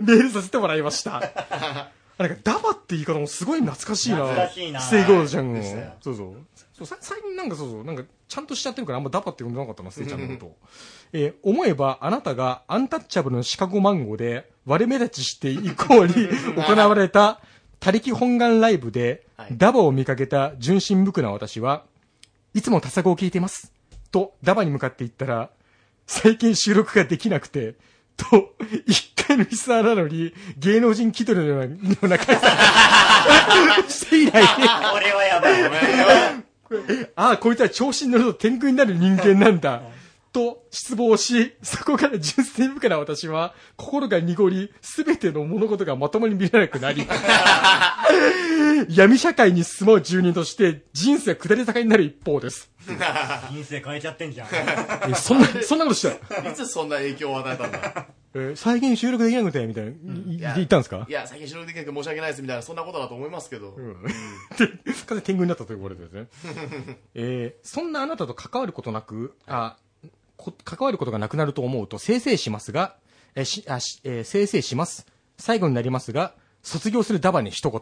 メールさせてもらいました。あなんか、ダバって言い方もすごい懐かしいな。懐かしいなセイゴールちゃんをですね。そうそう。そうさ最近なんかそうそう、なんか、ちゃんとしちゃってるからあんまダバって呼んでなかったな、セイちゃんのこと。えー思えばあなたがアンタッチャブルのシカゴマンゴーで割れ目立ちして以降に行われた他力本願ライブではいダバを見かけた純真無垢な私はいつもタサゴを聞いていますとダバに向かって言ったら最近収録ができなくてと一回のリスナーなのに芸能人気取りのようなような解散して以来これはやばい。 ああ、こいつは調子に乗ると天狗になる人間なんだ。と、失望し、そこから純粋無垢な私は、心が濁り、すべての物事がまともに見れなくなり、闇社会に住まう住人として、人生は下り坂になる一方です。人生変えちゃってんじゃん。えそんな、そんなことしたら、 いつそんな影響を与えた んだえー最近収録できなくて、みたいな、いい言ったんですかいや、最近収録できなくて申し訳ないですみたいな、そんなことだと思いますけど。 で、完全に天狗になったということですね。えーそんなあなたと関わることなく、あ、こ関わることがなくなると思うと、せいせいしますが、えーし、あ、し、えーせいせいします。最後になりますが、卒業するダバに一言。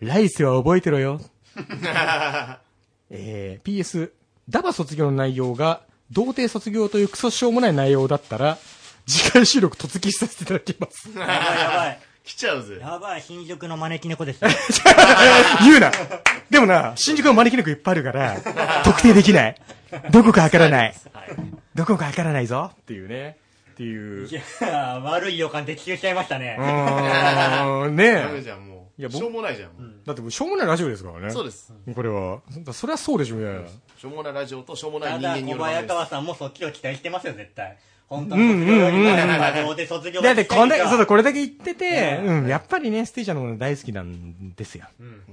来世は覚えてろ よ。えー PS、ダバ卒業の内容が、童貞卒業というクソしょうもない内容だったら、次回収録突撃させていただきます。やばいやばい。来ちゃうぜ。やばい、新宿の招き猫です よ。言うなでもな、新宿は招き猫いっぱいある から、特定できない。どこかわからない。どこかわからないぞっていうね。っていう。ういやー、悪い予感的中しちゃいましたね。ーん、ねダメえ。じゃん、もいやう。僕しょうもないじゃん、もう。だってもうしょうもないラジオですからね。そうです。これは。そりゃそうでしょ、みたいな。しょうもないラジオとしょうもないた人間だ、に小よる番組早です川さんもそっちを期待してますよ、絶対。本当の卒業よりも、学校で卒業だってこんだけ、そうだ、ここれだけ言ってて、うん、やっぱりね、ステージャーのもの大好きなんですよ。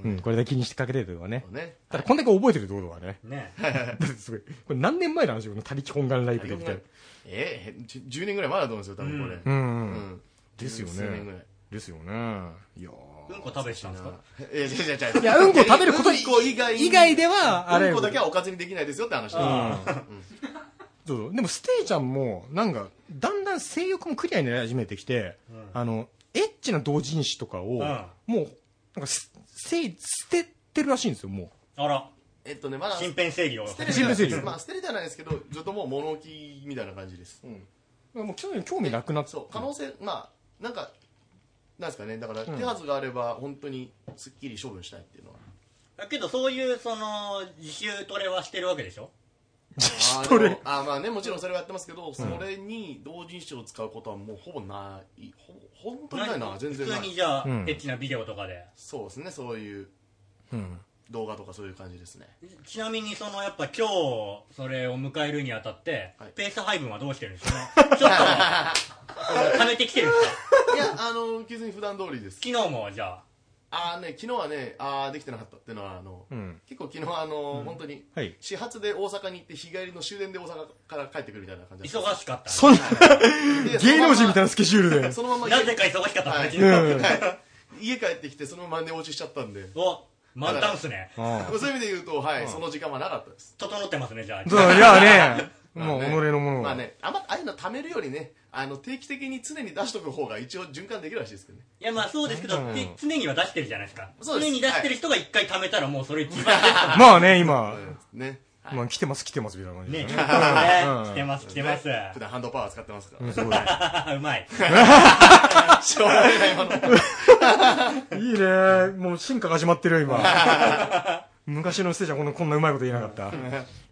うん、これだけ気にしてかけてるとかね。ね。ただこんだけ覚えてるってことはね。 ね。だってすごい。これ何年前の話この他力本願ライブでみたいな。ええ、じゅ10年ぐらい前だと思うんですよ、多分これ。うんううん。ん。ですよね数年ぐらい。ですよね。いやーうんこ食べてたんですかえ、違う違う違う。いや、うんこ食べることうんこ以外に以外では、あれ、うんこだけはおかずにできないですよって話だ。そうそうでも、ステイちゃんも、なんか、だんだん性欲もクリアになり始めてきて、あの、エッチな同人誌とかを、んもう、なんかす、せい、捨ててるらしいんですよ、もあら、えっとね、まだ、身辺整理を。捨てるシンプル整理まあ、捨てるじゃないですけど、ずっともう物置みたいな感じです。う。もう、興味、興味なくなって。そう、可能性、まあ、なんか、なんですかね、だから、手はずがあれば、本当に、すっきり処分したいっていう のは。だけど、そういう、その、自習トレはしてるわけでしょあートレでもあーまあねもちろんそれはやってますけど、それに同人誌を使うことはもうほぼないほぼ本当にないな全然な普通にいじゃあ、んエッチなビデオとかで。そうですねそういううん。動画とかそういう感 じですねちなみに、その、やっぱ今日、それを迎えるにあたってはい、ペース配分はどうしてるんです かねちょっと、貯めてきてるんですかいやあの別に普段通りです昨日も、じゃあ、あーね、昨日はね、あーできてなかったっていうのは、あの、うん結構昨日はあの、本当に、はい始発で大阪に行って、日帰りの終電で大阪から帰ってくるみたいな感じだっ忙しかった。そんな、た。芸能人みたいいなスケジュールで な。。そのままな家ぜか忙しかったはい話に。はい家帰ってきて、そのまま寝落ちしちゃったんで。お、満タンっすね。そういう意味で言うと、はい、その時間はなかったです。整ってますね、じゃあ。そう、いやね、まもあう己ねのものまあは。ね、あんま、ああいうの貯めるよりね、あの、定期的に常に出しとく方が一応循環できるらしいですけどね。いや、まあそうですけど、で常には出してるじゃないですか。そうです常に出してる人が一回貯めたらもうそれ一番ベストなまあね、今、ね。まあ来てます来てますみたいな感じんでで。すね、ね。来てます、来てます。ね普段ハンドパワー使ってますから。すご あうまい。しょうがない今のい。いいね。もう進化が始まってるよ、今。 昔のステージはこんなこんなうまいこと言えなかった。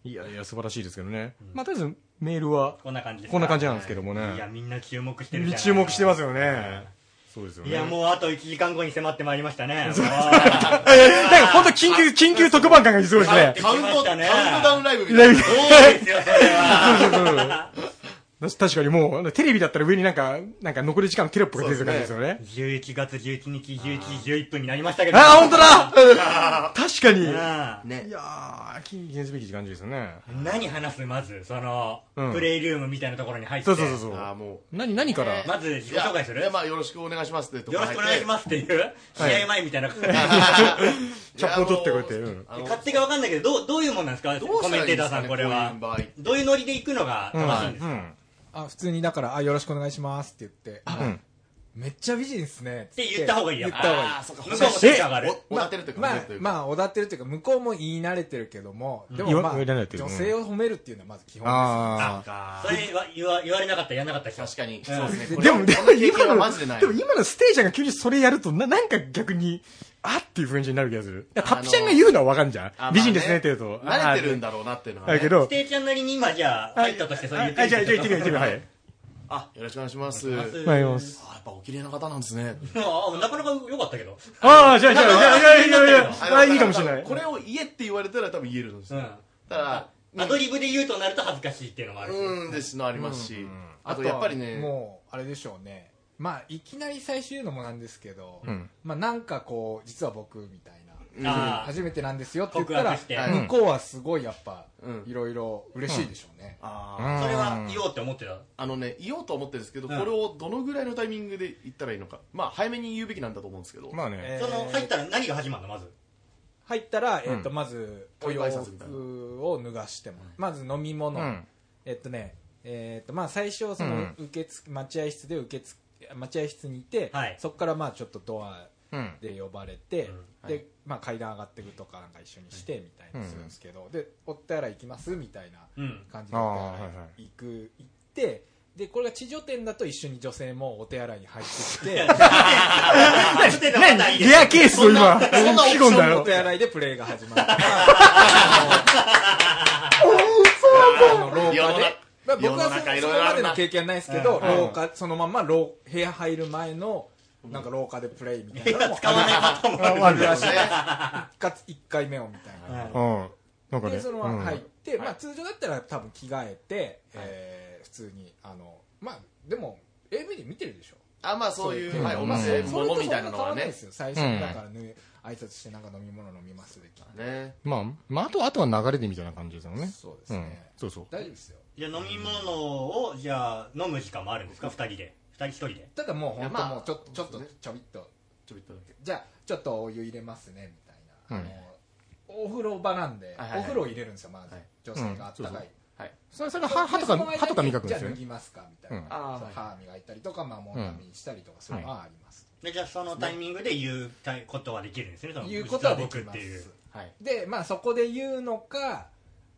いやいや、素晴らしいですけどね。まあ、とりあえず、メールは、こんな感じですかこんな感じなんですけどもねいや、みんな注目してるじゃん。注目してますよね。そうですよね。いや、もうあと1時間後に迫ってまいりましたね。もう いやいやなんか本当緊急、緊急特番感がすごいですね。カウン来まト、したねカウントダウンライブみたいな。そうですよ、それは。確かにもう、テレビだったら上になんか、なんか残り時間のテロップが出てる感じですよね。 11月11日、11時11分になりましたけど。ああ、本当だうん確かに。いやだね。ー、記念すべき感じですよね。何話すまず、その、うんプレイルームみたいなところに入って。そうそうそうそああ、う。も何、何から、ねまずう。自己紹介するいやいやよまあ、よろしくお願いしますってところ入っ。してくお願いしますっていう、はい試合前みたいな。チャップを取ってくれて。いやうんあの勝手がわかんないけど、どう、どういうもんなんですかどうしコたメらいンいでテーすターかさねん、これは。こういうどういうノリで行くのがうん正しいんですうかんあ普通にだからあよろしくお願いしますって言って、んめっちゃ美人ですねって言った方がいいやっぱ言った方がいいああ、そっか。向こうもテンション上がる。おおだてるというか、ま褒めあるというかまあおだってるというか向こうも言い慣れてるけどもでも言わまあ言い慣れてる女性を褒めるっていうのはまず基本ああ。それは言わ言われなかった、やらなかった人。確かに。そうですね。これでも、でこもの経験今はのマジでない。でも今のステージャーが急にそれやると、な、なんか逆に、あっていう感じになる気がする。だからタッピちゃんが言うのはわかんじゃん。あまあ美人ですねって言うと。慣れてるんだ。だろうなっていうのはね。だけどス、テーちゃんなりに今じゃあ、入ったとして、そう言っあてじゃあ、じゃあ、行ってみよう、行ってみみよう、はい。あ、よろしくお願いします。まあす参ります。やっぱお綺麗な方なんですね。あなかなか良かったけど。ああ、じゃあ、じゃあ、じゃあ、じゃあ、いやいや、あああ、いいかもしれない。これを言えって言われたら多分言えるんですうよ。ん。ただ、アドリブで言うとなると恥ずかしいっていうのもあるし。うんですのありますし、あとやっぱりね、もうあれでしょうねまあいきなり最初言うのもなんですけど、んまあなんかこう実は僕みたいなあ初めてなんですよって言っ告たら白して向こうはすごいやっぱうんいろいろ嬉しいでしょうね、あうーんあ、それは言おうって思ってた。あのね、言おうと思ってるんですけど、うんこれをどのぐらいのタイミングで言ったらいいのか、まあ、早めに言うべきなんだと思うんですけど、まあね。えーその、入ったら何が始まるのまず。入ったら、えっとまずおお祝洋い挨拶みたいな服を脱がしてもらうまず飲み物、うんえっとねえっとまあ最初その受付、待合室で受付待合室にいて、はいそこからまあちょっとドアうん。で呼ばれて、うんで、はいまあ、階段上がっていくとかなんか一緒にしてみたいなするんですけど、でお手洗い行きますみたいなうん。感じでお手洗いあーはいはい行く、行ってでこれが地上店だと一緒に女性もお手洗いに入ってきてあ、ちょっとまだいいですレアケースを今、 そんなオプシ聞込ョンんだおよ。手洗いでプレイが始まる世あの廊の下中で、まあ、僕は世のそ中のいそろいころあまるでなの経験はないですけど、廊下そのまんま廊部屋入る前のなんか廊下でプレイみたいなのも使わないパターンもある。ああるよそうでねすね1回目をみたいな。うん。なんかね。でそのまうまん入って、まあ、通常だったら多分着替えて、えー普通にあのまあでも AV で見てるでしょあまあ、そういう、んはい、お店、それ物とみたいなのそん変わはんないねです、よ最初にだからね、挨拶してなんか飲み物飲みますできるねまあ、まあ、あとは、あとは流れでみたいな感じですよね。そうですうね、ん。そうそう。大丈夫ですよじゃあ飲み物を、じゃあ飲む時間もあるんですか二人で。二人一人で。ただもういや本ま当あもうちょっとちょっとそうですちょびっとちょびっとだけ、じゃあちょっとお湯入れますねみたいな、うんあのお風呂場なんで、はいはいはいお風呂入れるんですよまず、はい女性があったかい、うんはい、それ、それが歯、歯とか、歯とか磨くんですじゃよあね。脱ぎますかみたいな、うんあーそう歯磨いたりとかまあもうダメにしたりとかそういうのはあります、で、じゃあそのタイミングで言うたいことはできるんですね。その、言うことはで実き僕っまていうす。はい、でまあそこで言うのか、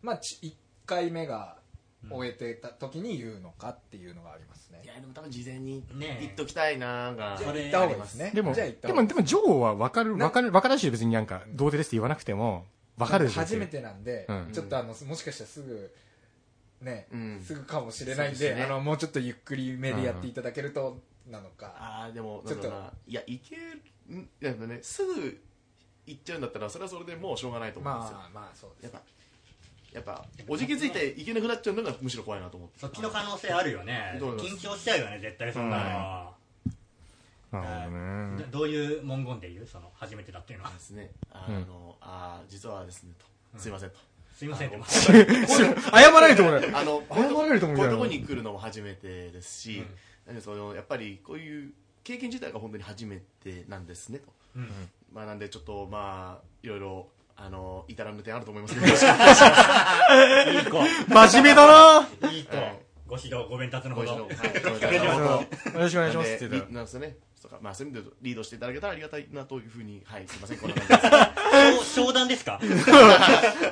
まあ、1回目が終えてた時に言うのかっていうのがありますねいや、でも多分事前にねえ言っときたいなーが、じじそゃあれ行った方がいいですねでも、じゃあ行っでた方がいも、いでも、ジョーは分かる、分かる、分からしいよ、別になんか、童貞ですって言わなくても、分かるでしょ。初め。てなんで、うんちょっとあのもしかしたらすぐね、うんすぐかもしれないんそうでで、すねあのもうちょっとゆっくりめでやっていただけるとなのか、ああ、でも、なんだろうちょな、いや、いける、んいやでもね、すぐ行っちゃうんだったら、それはそれでもうしょうがないと思うんですよ。まあまあそうですやっぱやっぱおじけづいていけなくなっちゃうのがむしろ怖いなと思ってそっちの可能性あるよね。どうぞ緊張しちゃうよね、絶対そんなの。なるほどねどどういう文言で言うその初めてだってい うのはあですねあの、あー実はですねとすいませんと、すいませんでも謝らないと俺。あの、謝られると思うこけういどうとこに来るのも初めてですし、なんでそのやっぱりこういう経験自体が本当に初めてなんですねと、うんまあなんでちょっとまあいろいろあの至らぬ点あると思いますけど、よろしく 真面目だないいとご指導ご鞭撻のおほ願いしどますよろしくお願いしますってなん言ってでリなんですよねとかまあそういう意味でリードしていただけたらありがたいなというふうにはいすいませんこんな感じです。商談ですか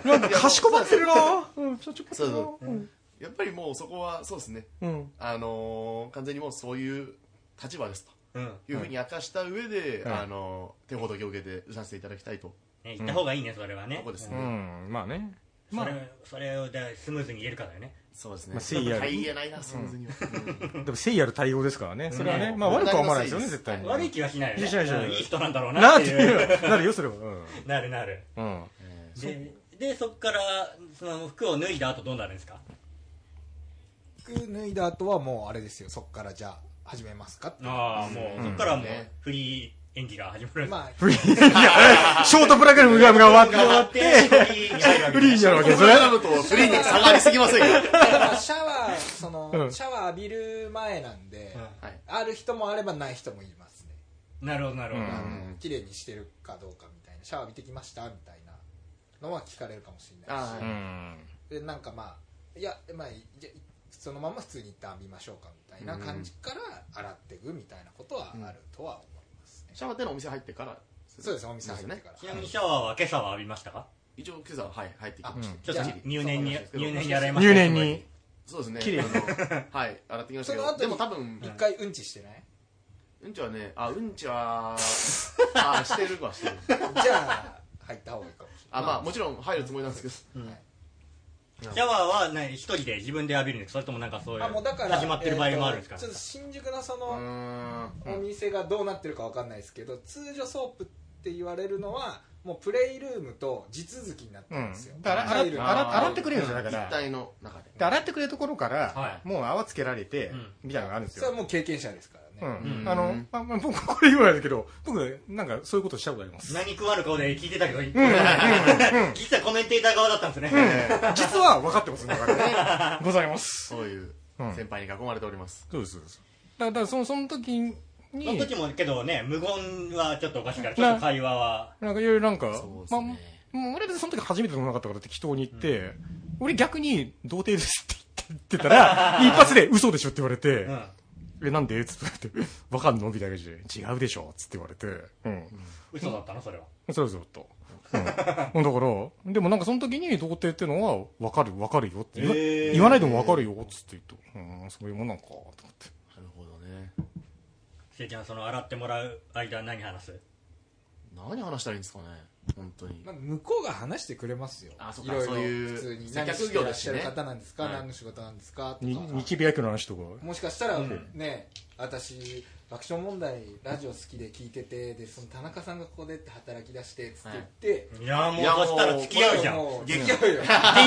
た。なんかかしこまってるなうん、ちょ、ちょ、そうそうやっぱりもうそこはそうですね、うん。あのー完全にもうそういう立場ですとうんいうふうに明かした上で、はいあのー手ほどきを受けてさせていただきたいと、ね行った方がいいねそれはねここですうね、んまあねうんそれそれをでスムーズに言えるかだよねそうですね、まあ誠意あるはい言えないなそんなには、でも誠意ある対応ですからね。それはねう。んまあ悪くは思わないですよね、絶対に。悪い気はしないよねしないしないうんいい人なんだろうななあっってていいうう。なるよ、それは。うん なるなるうん。えででそこからその服を脱いだ後どうなるんですか服脱いだ後はもうあれですよそこからじゃあ始めますかってああもう、うんそこからはもうねフリー演技が始まるんですまあフリー。いや、ショートプラグラムが終わって、終わって、フリーに入るわフけリーになるわけーですそよれね。選ぶとフリーに下がりすぎませんよシャワーその、うんシャワー浴びる前なんで、うはいある人もあればない人もいますね、んなるほどなるほど、うん綺麗にしてるかどうかみたいなシャワー浴びてきましたみたいなのは聞かれるかもしれないしあうーんでなんかまあいやまあいじゃそのまま普通に一旦浴びましょうかみたいな感じから洗っていくみたいなことはあるとは思いますね、シャワーってのはお店入ってからそうですお店入ってそうですねからちなみにシャワーは今朝は浴びましたか一応今朝ははい入ってきました、ちょっとじゃあ入念にそうなんですけど入念に洗いました入念に。そうですね綺麗あの はい洗ってきましたけそどの後にでも多分一回うんちしてないうんちはねあうんち はあーしてるはしてるじゃあ入った方がいいかもしれなあいまあもちろん入るつもりなんですけどシャワーは何一人で自分で浴びるんですかそれともなんかそういうあもうだから始まってる場合もあるんですか、えーとちょっと新宿のそうのーんお店がどうなってるかわかんないですけど通常ソープって言われるのはもうプレイルームと地続きになってうるんんですよ、だから洗入っる洗洗ってくれるんですよだから一体の中でで洗ってくれるところから、はもう泡つけられて、うんみたいなのがあるんですそれよ、はもう経験者ですかうらね、んうんあのあまあ僕これ言わないですけど僕なんかそういうことしたことあります何食わぬ顔で聞いてたけど、実はコメンテーター側だったんですね、実は分かってますねだからねございますそういううん先輩に囲まれておりますそうですそうですだからそのその時にその時もけどね無言はちょっとおかしいからちょっと会話はなんかいろいろなんか、うですまあ、ねもう俺は別にその時初めてでもなかったから適当に言って、俺逆に童貞ですって言ってた ら、一発で嘘でしょって言われて、うんえ、なんでつって言われて、わかんのみたいな感じで、違うでしょつって言われて、うん。嘘だったのそれはそうそうと。うん、だから、でもなんかその時に童貞ってのは、わかるわかるよって言わ,、へー言わないでもわかるよつって言うと、うん、そういうもんなんか、と思って。なるほどねせいちゃんその洗ってもらう間何話す何話したらいいんですかね本当にまあ、向こうが話してくれますよあそういかろそういいろう普通に接何客して業らでっすししゃねる方なんですか、はい何の仕事なんですかとにか日ビアの話とか、もしかしたら、ね私爆笑問題ラジオ好きで聞いててでその田中さんがここでって働き出してつって言って、いやもういやもそうしたら付き合うじゃんもう元付き合うよ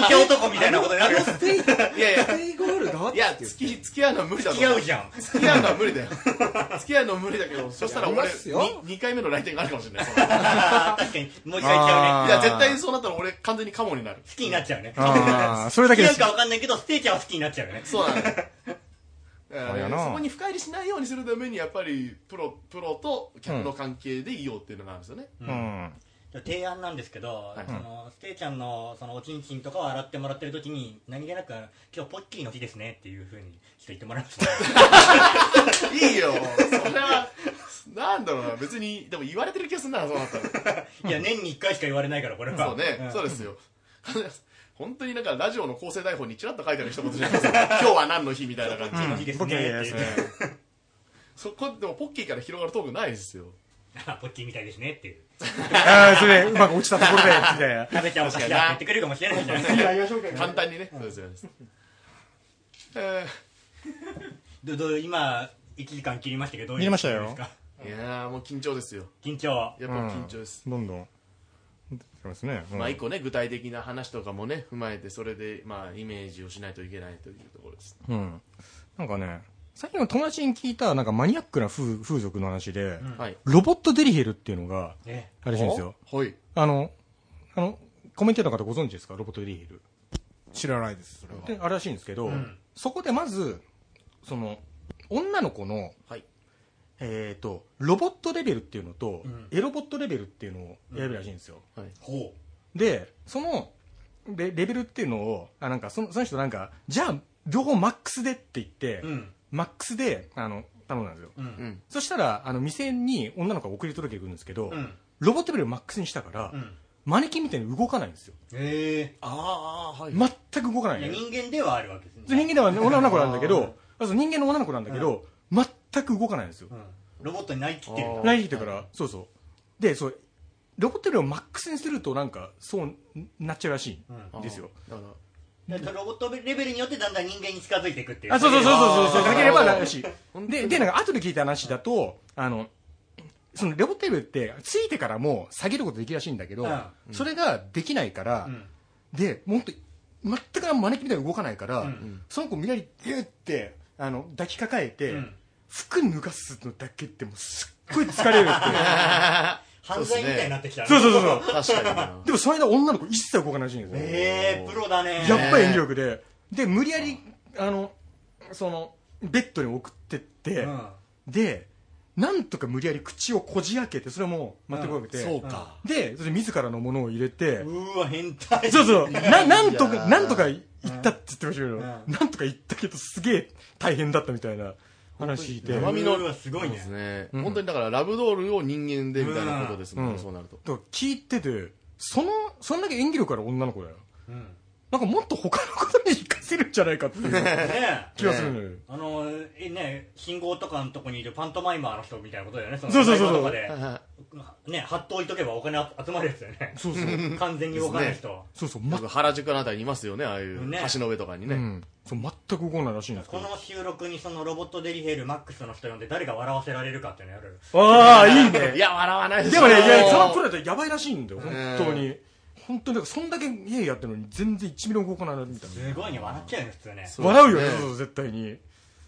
気男みたいなことになるよステイいやいやステイゴールドいやって言って付き付き合うのは無理だ付とき思合うじゃん付き合うのは無理だよ 付き合うのは無理だけどそしたらや俺りますよ2回目の来店があるかもしれないそのいあー確かにもう一回行っちゃうねや絶対そうなったら俺完全にカモになる好きになっちゃうねあ あ、それだけで付すき合うか分かんないけどステーキは好きになっちゃうよねそうなんだよあれだかやらねなそこに深入りしないようにするためにやっぱりプロプロと客の関係でいようっていうのがあるんですよね、うん。提案なんですけど、いそのステイちゃんのそのおちんちんとかを洗ってもらってる時に何気なく「今日ポッキーの日ですね」っていうふうにちょっと言ってもらいましたいいよそれはなんだろうな別にでも言われてる気がするなそうなったらいや年に1回しか言われないからこれはそうね、んそうですよ 本当になんかラジオの構成台本にちらっと書いてある一言じゃないですか今日は何の日みたいな感じ、ポッキーの日ですねって言ってそこでもポッキーから広がるトークないですよあポッキーみたいですねっていうああ、そ れ、うまく落ちたところで、みたいな。食べちゃおうかしらって言ってくれるかもしれないじゃん簡単にね、そうですよねえどどう今1時間切りましたけどどういう切りましたよですかーいやーもう緊張ですよ緊張やっぱ緊張です、どんどん。そうですね。うんまあ一個ね具体的な話とかもね踏まえてそれでまあイメージをしないといけないというところですうん。なんかね、最近の友達に聞いたなんかマニアックな風風俗の話で、はいロボットデリヘルっていうのがねあれらしいんですよはいあのあのコメンテーターの方ご存知ですかロボットデリヘル知らないですそれはであれらしいんですけど、そこでまずその女の子の、はいえー、とロボットレベルっていうのと、んエロボットレベルっていうのを選ぶらしいんですよ、はいほでそのレレベルっていうのをあなんかそのその人なんかじゃあ両方マックスでって言って、ううんマックスであの頼んだんですよ、うんうんそしたらあの店に女の子が送り届けてくるんですけど、うんロボットレベルをマックスにしたから、うんマネキンみたいに動かないんですよえああはい全く動かないえいやの人間ではあるわけですね人間ではね女の子なんだけどそう人間の女の子なんだけど、全く動かないんですよ、うんロボットになりきってるあかーらライン引いてからそうそうでそうロボットよりをマックスにするとなんかそうなっちゃうらしいんですよ、だからだからロボットレベルによってだんだん人間に近づいていくっていうあそうそうそうそうそうあーなければなるしででなんか後で聞いた話だとあのそのロボットレベルってついてからも下げることできるらしいんだけど、うそれができないから、うんでもっと全く招きみたいに動かないから、うんその子みなりギュってあの抱きかかえて、うん服脱がすのだけってもうすっごい疲れる って犯罪みたいになってきたねそうそうそうそう確かに なでもその間女の子一切動かないらしいんですよ、ええプロだねやっぱり演技力でで無理やりあのそのベッドに送ってって、うんでなんとか無理やり口をこじ開けてそれも全く動けて、そうかでそれで自らのものを入れて、うわ変態そうそうななんといやかーなんとか言ったって言ってましたけど、んなんとか言ったけどすげえ大変だったみたいな話聞いて生身うのわすごいねそうですね本当にだからラブドールを人間でみたいなことですもんうねんそうなるとだから聞いててそのそんだけ演技力ある女の子だようんなんかもっと他のことに活かせるんじゃないかっていうねえ気がするのよ、あのえね信号とかのとこにいるパントマイマーの人みたいなことだよねそのそうそうそうそう街頭とかではねハッと置いとけばお金集まるやつだよね そう そう完全に動かない人、そうそう、いまよく原宿のあたりにいますよねああいうね橋の上とかにうねん、そう全く動かないらしいんですけこどの収録にそのロボットデリヘルマックスの人呼んで誰が笑わせられるかっていうのやるああいい いねや笑わないでしでょもねいやそのプロだとやばいらしいんだよ本ん当に本当にだからそんだけ家やってるのに全然1ミリも動かないなみたいすごいね笑っちゃうよね普通ねそな笑うよねねそうそう絶対に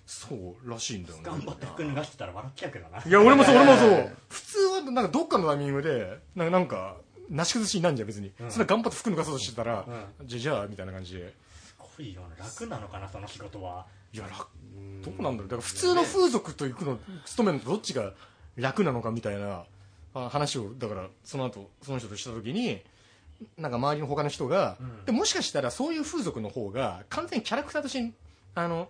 そうらしいんだよね頑張って服脱がしてたら笑っちゃうけどないや俺もそう俺もそう普通はなんかどっかのタイミングでなんかなんかなし崩しになんじゃん別に、そんな頑張って服脱がそうとしてたら、じゃあじゃあみたいな感じですごいよね楽なのかなその仕事はいや楽どうなんだろうだから普通の風俗と行くの勤めるのとどっちが楽なのかみたいなあ話をだからその後その人とした時になんか周りの他の人が、うんでもしかしたらそういう風俗の方が完全にキャラクターとしてあの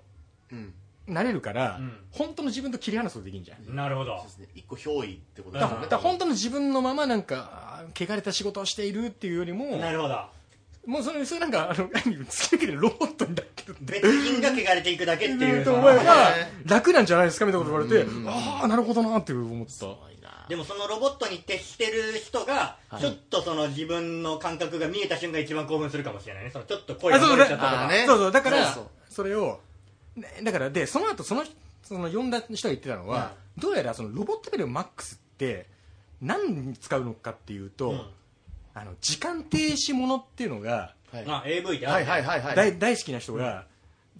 うんなれるから、うん本当の自分と切り離すことできるんじゃんなるほどそうですね一個憑依ってことでだすかよらねだから本当の自分のままなんかあー汚れた仕事をしているっていうよりもなるほどもうそれそれなんかあの何突き抜けてロボットになってるって別人が汚れていくだけっていうとその思えば楽なんじゃないですかみたいなこと言われてああなるほどなって思ったでもそのロボットに徹してる人が、ちょっとその自分の感覚が見えた瞬間一番興奮するかもしれないね。そのちょっと声あがそう漏だれちゃったとあかー。ねそうそうだからそうそそうれをねだからでその後そのその呼んだ人が言ってたのは、どうやらそのロボットベルマックスって何に使うのかっていうと、うんあの時間停止ものっていうのが、はいあ、AV ってあはるいねはいはいはい大大好きな人が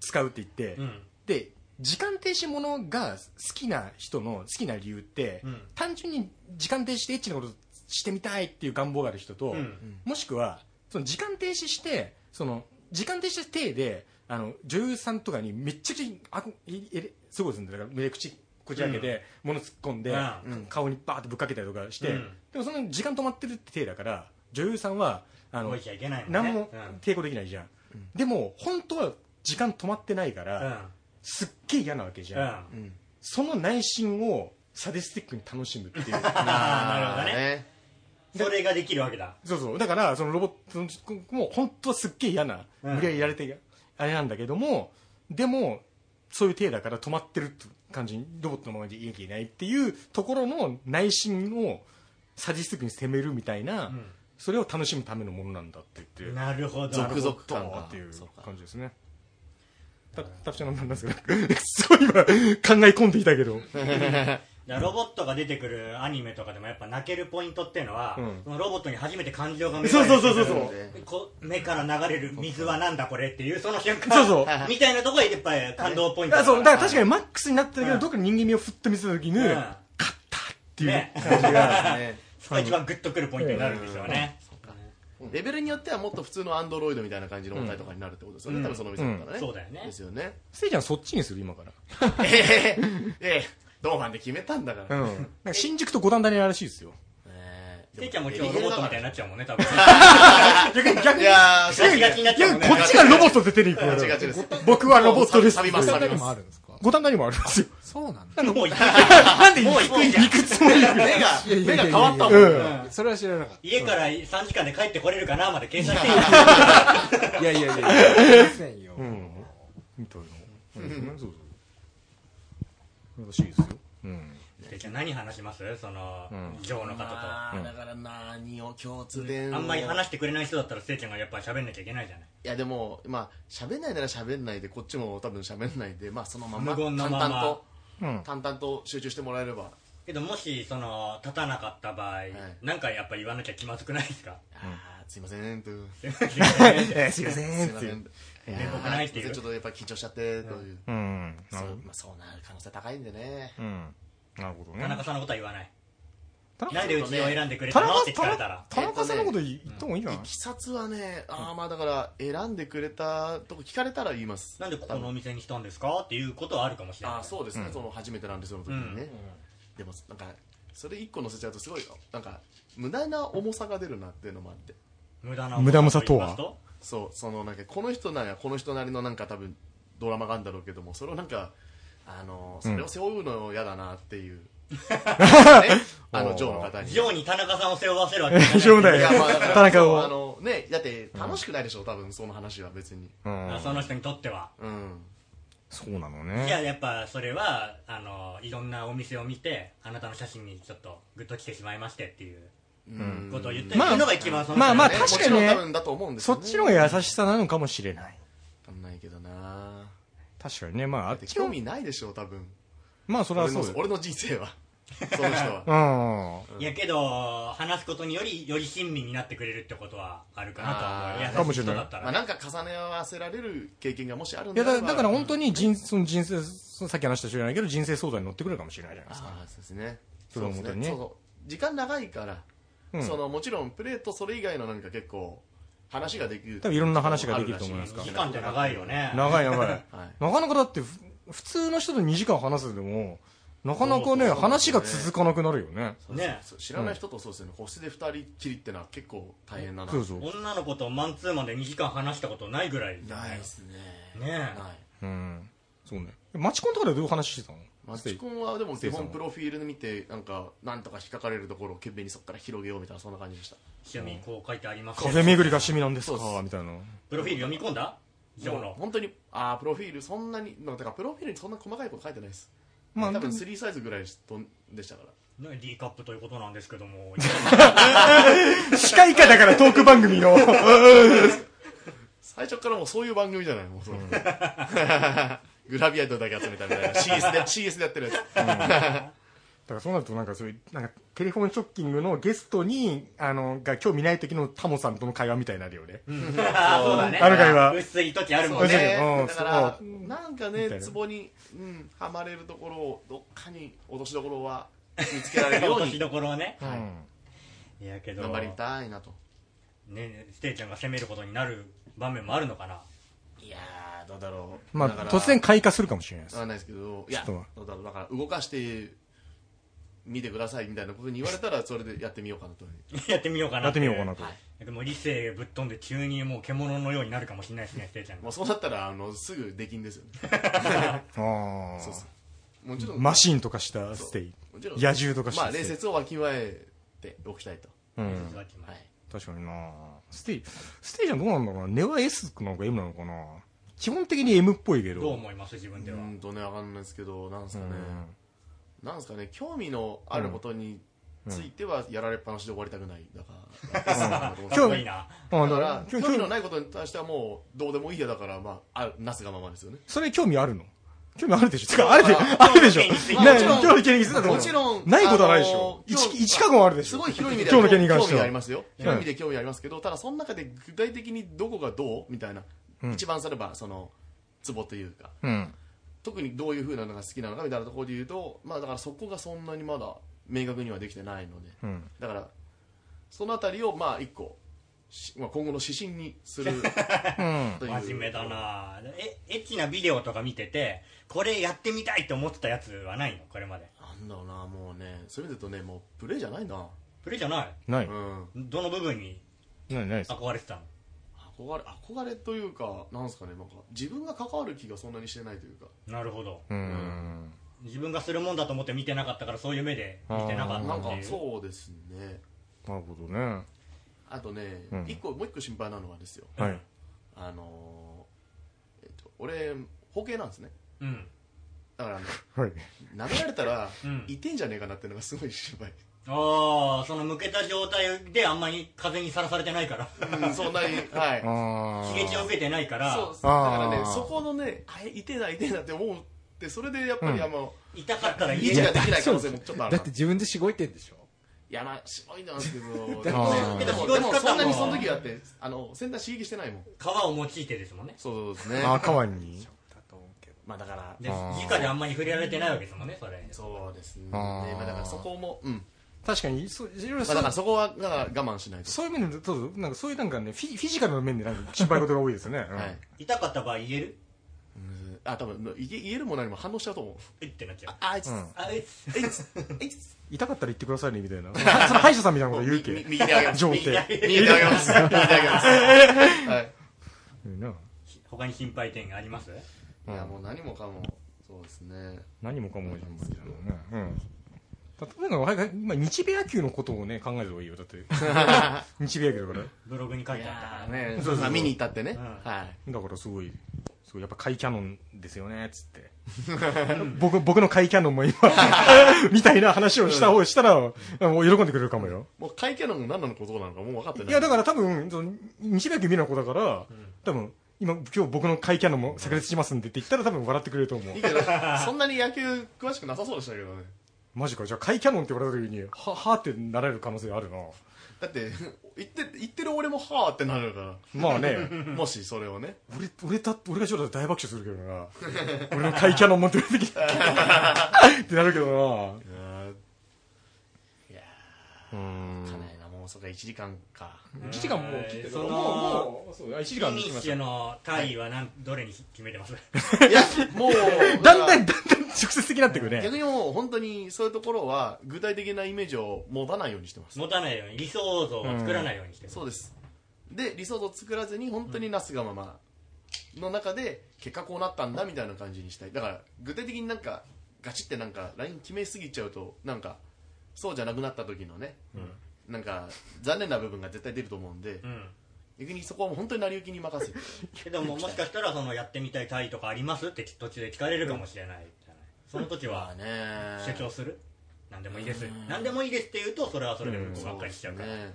使うって言って、うん。で時間停止ものが好きな人の好きな理由って、うん単純に時間停止でエッチなことしてみたいっていう願望がある人と、うんもしくはその時間停止してその時間停止して体であの女優さんとかにめっちゃくちゃあこええすごいですねだから目口こじ開けて、物突っ込んで、うん顔にバーってぶっかけたりとかして、うんでもその時間止まってるって体だから女優さんはあの動いちゃいけないもんね。何もうん抵抗できないじゃん、でも本当は時間止まってないから、すっげえ嫌なわけじうん。うゃん。ん、その内心をサディスティックに楽しむっていうあーなるほどね。ねそれができるわけだ。そうそうだからそのロボットのもう本当はすっげえ嫌なうん無理やりやられて、あれなんだけどもでもそういう体だから止まってるって感じにロボットのままでいなきゃいけないっていうところの内心をサディスティックに攻めるみたいな、それを楽しむためのものなんだって言ってなるほど。続々ド感ーンがっていうそうか感じですね たたくちゃんなんですけどすごい今考え込んでいたけどだからロボットが出てくるアニメとかでもやっぱ泣けるポイントっていうのは、うんそのロボットに初めて感情が芽生そうえてそくうそうそるうそうこ目から流れる水はなんだこれっていうその瞬間そうそうみたいなとこがやっぱり感動ポイントあそうだから確かににマックスになったけど、うんどっかに人間味をふっと見せた時に、うん勝ったっていう、ね感じがそこが一番グッとくるポイントになるんですよね、レベルによってはもっと普通のアンドロイドみたいな感じの問題とかになるってことですよね、うん多分その店だったらね、そうだよねですよね せいちゃんそっちにする今からええええドーマンで決めたんだから、うん、なんか新宿と五段谷らしいですよ。ええせいちゃんも一応ロボットみたいになっちゃうもんね 多分逆に、逆いに、やーガチガチになっちゃうもんねこっちがロボットで出ていくかガらチガチです僕はロボットです。錆びます五錆びにますもあるんですか反谷もあるんですよ。そうなん だもう行 くなんでもう行くじゃ目んがいやいや目いやがいや変わったもん、うん。それは知らなかっ家から3時間で帰ってこれるかなまで計算していいたいやいやいやいませんよ、うん。みたいな。うん、そうそう。らしいですよ。うん。せいちゃん何話しますそのん情の方とあーだから何を共通点をあんまり話してくれない人だったらせいちゃんがやっぱ喋んなきゃいけないじゃないいやでもまあ喋んないなら喋んないでこっちも多分喋んないでまあそのまま無言の淡まま々とうん。淡々と集中してもらえればけどもしその立たなかった場合、なんかやっぱ言わなきゃ気まずくないです かあーすいませんとえ、すいませんすいまってせいん う。いや面目ーないっていうすませんちょっとやっぱ緊張しちゃってといううん。なそるうまあそうなる可能性高いんでねうん。なるほど田ね中。さんのことは言わない田中なんでうちを選んでくれ田たのっ中て聞田かれ中たら田中さんのこと言った方がいいんじゃないいきさつはねああまあだから選んでくれたとこ聞かれたら言いますなんでここのお店にしたんですかっていうことはあるかもしれないああそうですね、その初めてなんでその時にね、でもなんかそれ一個載せちゃうとすごいなんか無駄な重さが出るなっていうのもあって無駄な無駄なさとは言いますそうそのなんかこの人ならこの人なりのなんか多分ドラマがあるんだろうけどもそれをなんかあのそれを背負うの嫌だなっていう、 ね、あのジョーの方にジョーに田中さんを背負わせるわけじゃないしょうがないいやまあだから 田中そうをあのねだって楽しくないでしょ多分その話は別にうん。その人にとってはうんそうなのいやね。やっぱそれはあのいろんなお店を見てあなたの写真にちょっとグッと来てしまいましてっていううんことを言ってまあるのが一番その人まあまあね確かにねもちろん多分だと思うんですそよねっちの方が優しさなのかもしれない。わかんないけどな確かにね、まあ、あだっってちの興味ないでしょ多分まあ、それは俺そうのよ。俺の人生は その人 はうん。いやけど話すことによりより親身になってくれるってことはあるかなとはあー思う優しい人だったまあ、らなんか重ね合わせられる経験がもしあるんいやであだればだから本当に人,、その人生そのさっき話した人じゃないけど人生相談に乗ってくれるかもしれないじゃないですかああそうですねそれをもとにねそうですそう時間長いから、うんそのもちろんプレーとそれ以外の何か結構話ができる多分いろんな話ができると思いますから期間って長いよね長い長い、はいなかなかだってふ普通の人と2時間話すでもなかなかねそうそうそう話が続かなくなるよねねそう知らない人とそうですよね、個室で2人っきりってのは結構大変ななそうそう女の子とマンツーマンで2時間話したことないぐらいないですねねないうんそうねマチコンとかでどういう話してたのマチコンはでも基ステイさん本はプロフィール見てなんかなんとか引っかかれるところを懸命にそこから広げようみたいなそんな感じでした趣味こう書いてありますカフェ巡りが趣味なんですかそうっすみたいなプロフィール読み込んだジョーもうの本当にああプロフィールそんなになんかだからプロフィールにそんな細かいこと書いてないですまあ多分3サイズぐらいでしたからね D カップということなんですけど も司会科だからトーク番組の最初からもうそういう番組じゃないもうそのグラビアイドルだけ集めたみたいな CS で CS でやってるやつだからそうなるとなんかそういうなんかテレフォンショッキングのゲストにあのが興味ない時のタモさんとの会話みたいになるよね、ああそうだねある会話薄い時あるもそんうねねうんだからそうなんかみねたいなツボに、うん、はまれるところをどっかに落としどころは見つけられるよう 落としにどころをねうんいやけど頑張りたいなとねステイちゃんが攻めることになる場面もあるのかない やーどうだろうまだかあら突然開花するかもしれないですわかんないですけどいやちょっどうだろうだから動かして見てくださいみたいなことに言われたらそれでやってみようかなとやってみようかなやってみようかなと、でも理性ぶっ飛んで急にもう獣のようになるかもしれないですね、ステイちゃんもがう。そうなったらあのすぐできんですよ ねああそうそうもちろんマシンとかしたステイもちろん野獣とかしてまあ礼節をわきまえておきたいと、うんわきまえ確かになステイステイじゃんどうなんだろうな根は S なのか M なのかな基本的に M っぽいけどどう思います自分うでは。んとねわかんないですけどなんですうかんね、なんですかね興味のあることについてはやられっぱなしで終わりたくないだから、かっこいいな。あだから興興味味のないことに対してはもうどうでもいいやだからまああなすがままですよねそれ興味あるの興味あるでしょ。つか、あるで、あるでしょ。あねもちろん今日の経理にすんだと思もうちろんないことはないでしょ。あの一今日一カゴあるでしすょ。ごい広い意味で今日の件に関して興味はありますよ広い意味で興味ありますけどただその中で具体的にどこがどうみたいな、一番そればそのツボというかうん。特にどういうふうなのが好きなのかみたいなところで言うと、まあ、だからそこがそんなにまだ明確にはできてないので、んだからそのあたりをまあ一個、しまあ、今後の指針に するという真面目だなえエッチなビデオとか見ててこれやってみたいって思ってたやつはないのこれまでなんだろうなもうねそういう意味で言うとねもうプレイじゃないな、プレイじゃないない。うん、どの部分にない、ないです。憧れてたの憧れ憧れというかなんですかねなんか自分が関わる気がそんなにしてないというかなるほどうん。自分がするもんだと思って見てなかったからそういう目で見てなかったなんってかいうそうですねなるほどね。あとね、うん一個もう一個心配なのはですよはい。あのーえっと、俺包茎なんですねうんだからあのはい。舐められたら、うんいてんじゃねえかなっていうのがすごい心配ああその向けた状態であんまり風にさらされてないからうん そんなにはいあ刺激を受けてないからそうだからねあーそこのねあいてえないてえなって思うってそれでやっぱりあの、痛かったらリ家ーチにができない可能性もちょっとあだるっなて自分でしごいてんでしょいやまあしょいなんですけどて であもーでもでもそんなにその時だってあの先端刺激してないもん皮を用いてですもんねそうですねあ。あ、川に。だと思うけどまあだからであー直であんまり触れられてないわけですもんねそれそうですね。あーまあだからそこもうん。確かに、そう、いろいろまあそだうからそこはだから我慢しないと。そういう面で、そうなんかそういうなんかね、フィフィジカルの面でなんか心配事が多いですよね。うんはい。痛かった場合言えるうんあ多分言え言えるも何も反応しちゃうと思う。えってなっちゃうあいつんあええいつえいつ。痛かったら言ってくださいね、みたいな。 その歯医者さんみたいなこと言うけ。み右手あげます。上右手。い手あげ ます。右手あげます。はいな他に心配点ありますい。いやもう何もかもそうですね。何もかもじゃん ですけどね。うん。だってなんかはいはい今、日米野球のことをね、考えた方がいいよ。だって。日米野球だから。ブログに書いてあったからねね。まあ見に行ったってね。うんはい。だからすごい、すごいやっぱ甲斐キャノンですよね、っつって。 僕、僕の甲斐キャノンも今、みたいな話をした方、したら、もう喜んでくれるかもよ。もう会見の何なのことなのかもう分かってない。いや、だから多分、その西田君見な子だから、多分、今、今日僕の甲斐キャノンも炸裂しますんでって言ったら多分笑ってくれると思ういい。けどそんなに野球詳しくなさそうでしたけどね。マジか、じゃあ甲斐キャノンって言われた時に、は、はーってなれる可能性あるな。だって言って言ってる俺もはあってなるかまあね。ら。もしそれをね。俺、俺だ、俺がちょっと大爆笑するけど な。俺の甲斐キャノン持ってる時ってなるけどいやーいやな。うんーかなりなもうそれか1時間か1時間もう切ってそたのもうもうそう1時間フ切ィニりッまシュしの単位は何、どれに決めてますいやもう ただんだんんだんだん直接的になってくるね逆にもう本当にそういうところは具体的なイメージを持たないようにしてます持たないように理想像を作らないようにしてる、そうですで理想像を作らずに本当になすがままの中で結果こうなったんだみたいな感じにしたいだから具体的になんかガチってなんかライン決めすぎちゃうとなんかそうじゃなくなった時のね、なんか残念な部分が絶対出ると思うんで、うん逆にそこはもう本当に成り行きに任せてけどももしかしたらそのやってみたい単位とかありますって途中で聞かれるかもしれないじゃないその時 はまあね主張する何でもいいです何でもいいですって言うとそれはそれで向こうばっかりしちゃうから、ね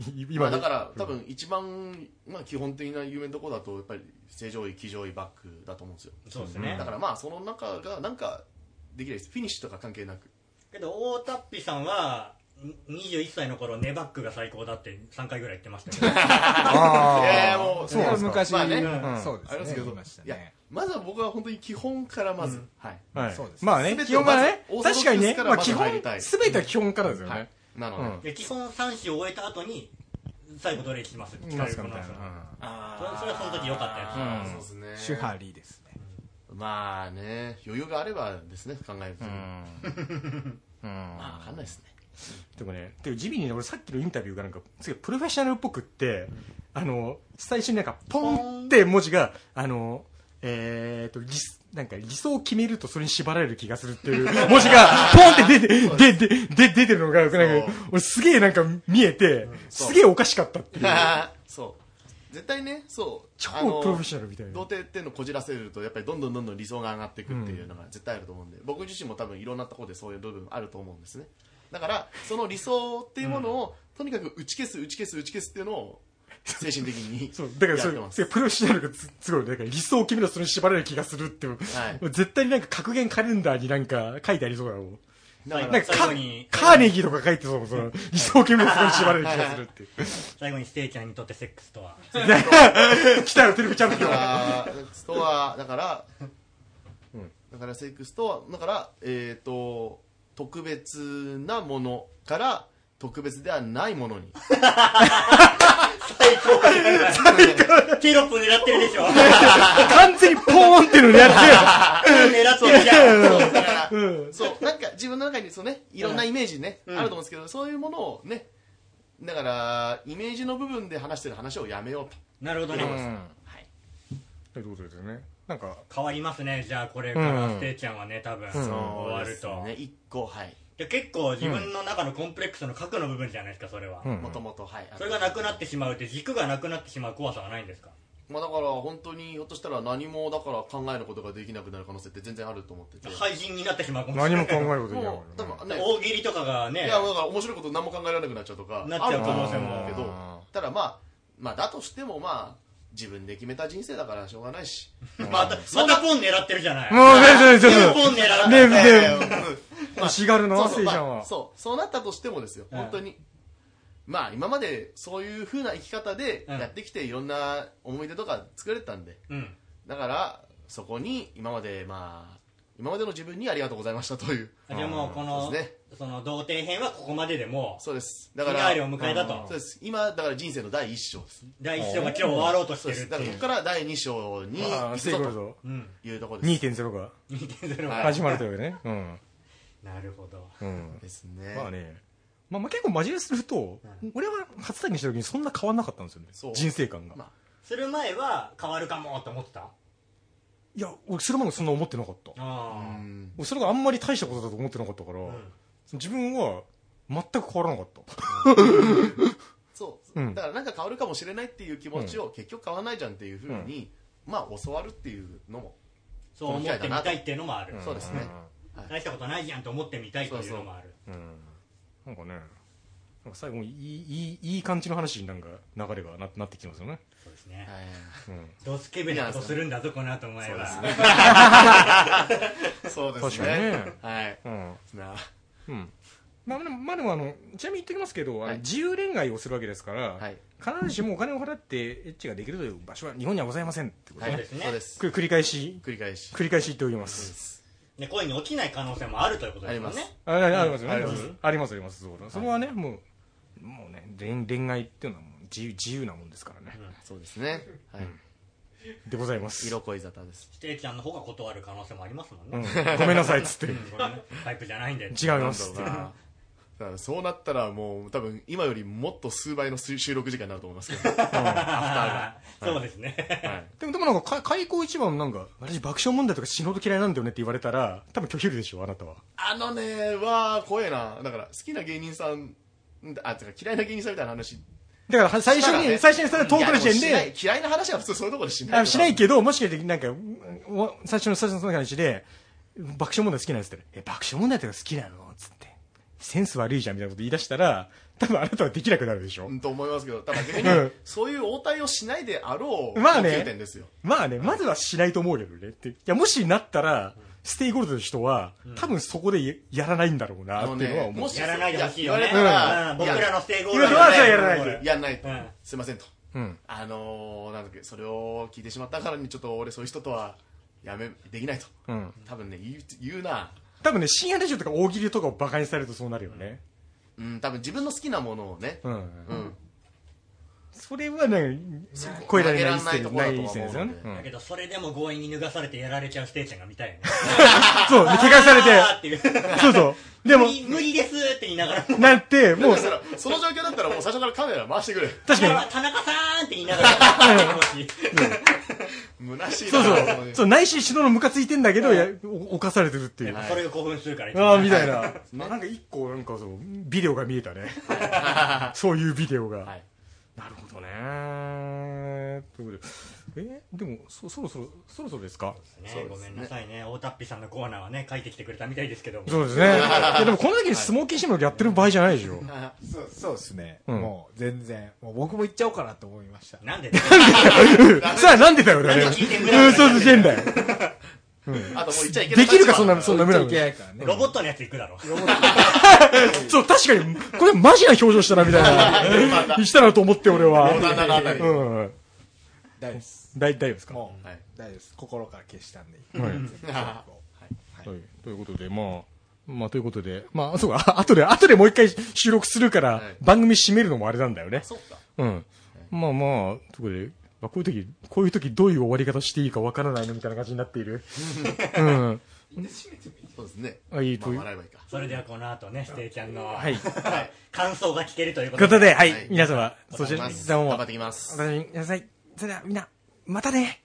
ま今あ、だねから多分一番、まあ、基本的な有名なところだとやっぱり正常位、騎乗位、バックだと思うんですよそうですねだからまあその中がなんかできないですフィニッシュとか関係なくけど大田っぴさんはに21歳の頃ネバックが最高だって3回ぐらい言ってましたけどあいーやいやもうそうなんですか昔、まあねうんそうありまですすけどね言いましたいやねまずは僕は本当に基本からまず、はい、はいそうですまあね全て基を本からねまず確かにオーねソドまあック基スからまず本入りたい全ては基本からですよはねい、なので、うんで基本3種を終えた後に最後どれにしますって聞かなんれするかみこのたいなそあーそれはその時良かったやつあーそうですね主張リですねまあね余裕があればですね考えると、うん。うんまあ分かんないですねでもねでも地味にね俺さっきのインタビューがなんかすごいプロフェッショナルっぽくってあの最初になんかポンって文字があのえー、と理なんか理想を決めるとそれに縛られる気がするっていう 文字がポンって出て、で、で、で、出てるのが、なんかそう俺すげえなんか見えて、そうすげえおかしかったっていう。そう絶対ねそう超あのプロフェッショナルみたいな童貞っていうのをこじらせるとやっぱりどんどんどんどん理想が上がっていくっていうのが絶対あると思うんで、僕自身も多分いろんなところでそういう部分あると思うんですねだからその理想っていうものを、とにかく打ち消す打ち消す打ち消すっていうのを精神的にそうだからそれやってますそれプロフェッショナルがすすごいだから理想を君のそれに縛られる気がするっていう、はい絶対になんか格言カレンダーになんか書いてありそうだろだからなんか最カ後にカーネギーとか書いてそうその理想を君のそれに縛られる気がするっていう 最後にステイちゃんにとってセックスとは来たよテレビチャンピオンあーストアだから、だからセックスとはだからえっ、と特別なものから特別ではないものに最高テロップ狙ってるでしょ完全にポーンっていうのやっ狙ってるじゃんだからて、うん、そうなんか自分の中にそうねいろんなイメージね、うんあると思うんですけどそういうものをねだからイメージの部分で話してる話をやめようとなるほどね、ということですよねなんか変わりますねじゃあこれからうんステイちゃんはね多分、終そわうでるすと、ね一個はいで結構自分の中のコンプレックスの核の部分じゃないですかそれは、んもともとはいそれがなくなってしまうって軸がなくなってしまう怖さはないんですかまあ、だから本当にひょっとしたら何もだから考えることができなくなる可能性って全然あると思ってて廃人になってしまうかもしれ何なもい考えることできないもう多分ね大喜利とかがいねやだから面白いこと何も考えられなくなっちゃうとかなっちゃう可能ある性もと思うんあだけどただまあまあだとしてもまあ自分で決めた人生だからしょうがないしまたまたポン狙ってるじゃないもうねちょっでもとポン狙ってねるね欲しがるそなうそせういちまゃんはあそうそうなったとしてもですようん本当にまあ今までそういう風な生き方でうんやってきていろんな思い出とか作れたんでうんだからそこに今までまあ今までの自分にありがとうございましたというあじゃあもうこのそうですねその童貞編はここまででもそうですうだフかィらナーレを迎えたそうとです今だから人生の第一章です第一章が今日終わろうとしそうてるでっすてだからいここうから第2章にあ行あくステイゴーぞルドうんというところです2.0が2.0はい始まるというわけねうんなるほどうんですねまあね、まあ、まあ結構真面目にすると、俺は初体験した時にそんな変わんなかったんですよねそう人生観が、まあする前は変わるかもと思ってたあいや俺それまでそんな思ってなかったうあん俺それがあんまり大したことだと思ってなかったから、ん自分は全く変わらなかったそううんだからなんか変わるかもしれないっていう気持ちを結局変わらないじゃんっていうふうにまあ教わるっていうのもそう思ってみたいっていうのもあるそうですね大したことないじゃんと思ってみたいっていうのもあるなんかねなんか最後もいいいいいい感じの話になんか流れがななってきてますよねそうですねはいドスケベなことするんだぞこの後お前は そうで確すかにねねはいうんなうんまあでも、まあ、でもあのちなみに言っておきますけど、あのはい自由恋愛をするわけですから、はい必ずしもお金を払ってエッチができるという場所は日本にはございませんってことはね、いそうですねそうですく繰り返し繰り返し繰り返し言っておりますね恋に落ちない可能性もあるということですよねありまあありますよねありますありますありますそうだそれはねもうもうね恋恋愛っていうのはもう自由自由なもんですからねそうですねはいでございます色恋沙汰ですステーちゃんの方が断る可能性もありますもうんんね、ごめんなさいっつってうんこれねタイプじゃないんで違いますってなんだろうなだからそうなったらもう多分今よりもっと数倍の収録時間になると思います けどあーそうですねはいでもでもなんかか開口一番もなんか私爆笑問題とか死ぬほど嫌いなんだよねって言われたら多分拒否るでしょあなたはあのね、わあ、怖えな。だから、好きな芸人さん、んあ、てか嫌いな芸人さんみたいな話。だからは最初したらにね最初にそれトークの時点いやもうでしない嫌いな話は普通そういうところでしない。あしないけどもしかしてなんかうんお最初の最初のその話で爆笑問題好きなんですってえ爆笑問題とか好きなのっつってセンス悪いじゃんみたいなこと言い出したら多分あなたはできなくなるでしょうんと思いますけど、ただ逆うにん、そういう応対をしないであろう、まあね高級店ですよ。まあね、まずはしないと思うけどねって。いや、もしなったら、ステイゴールドの人は、多分そこでややらないんだろうな、っていうのは思う。しやらないでほしいよねや言われたらうん僕らのステーゴール今のはじゃあやらないで。やんないとうん。すいませんと。うん。あのー、なんだっけ、それを聞いてしまったからに、ちょっと俺そういう人とは、やめ、できないと。うん。多分ね、言う、言うな。多分ね、深夜ラジオとか大喜利とかを馬鹿にされるとそうなるよね。うん、多分自分の好きなものをね。うん。うん。それはね、超えられない一投げられないと線こなだといは一思うので線ですよね。うだんけどそれでも強引に脱がされてやられちゃうステーちゃんが見たいよねそう、で怪我されあー て、っていうそうそう。でも無、理無理ですって言いながらもなんて、もう そし、たらその状況だったらもう最初からカメラ回してくれ。確かに、田中さんって言いなが らもしそうそ虚しいな本当う、にそう、内心しのムカついてんだけど、やお犯されてるっていう。 それが興奮するからああ、みたい な。なんか一個、なんかそう、ビデオが見えた ね。そういうビデオが。はいなるほどね。ということでえでもそそろそろそろそろですかね、ごめんなさいね大田っぴさんのコーナーはね書いてきてくれたみたいですけどもそうですねいやでもこの時にスモーキーシムロやってる場合じゃないでしょそうそうですね、うんもう全然もう僕も行っちゃおうかなと思いましたなん でねさあなんでだよなんねで聞いてくれないうんそうそうしてんだよあともう言っちゃいけないできるかそんなそんな無行っ駄ちゃいけなないからねロボットのやつ行くだ ろそう確かにこれマジな表情したなみたいなしたなと思って俺は冗談だなあたりうん大丈夫です大大丈夫ですかもう、はい大丈夫です心から消したんで、はい全部あはい、ということで、まあ、まあ、ということで、まあ、そう か、後で、後でもう一回収録するから、はい番組締めるのもあれなんだよね。そうかうん。まあまあ、ということで、まあ、こういう時、こういう時どういう終わり方していいかわからないのみたいな感じになっている。 うん。そうですねあ、いいという。まあ笑えばいいかそれではこの後ねステイちゃんの、はい。感想が聞けるというこということで、はい、はい皆様、そちら、頑張りますどうも、頑お張ってきます楽しみください。それではみんな、またね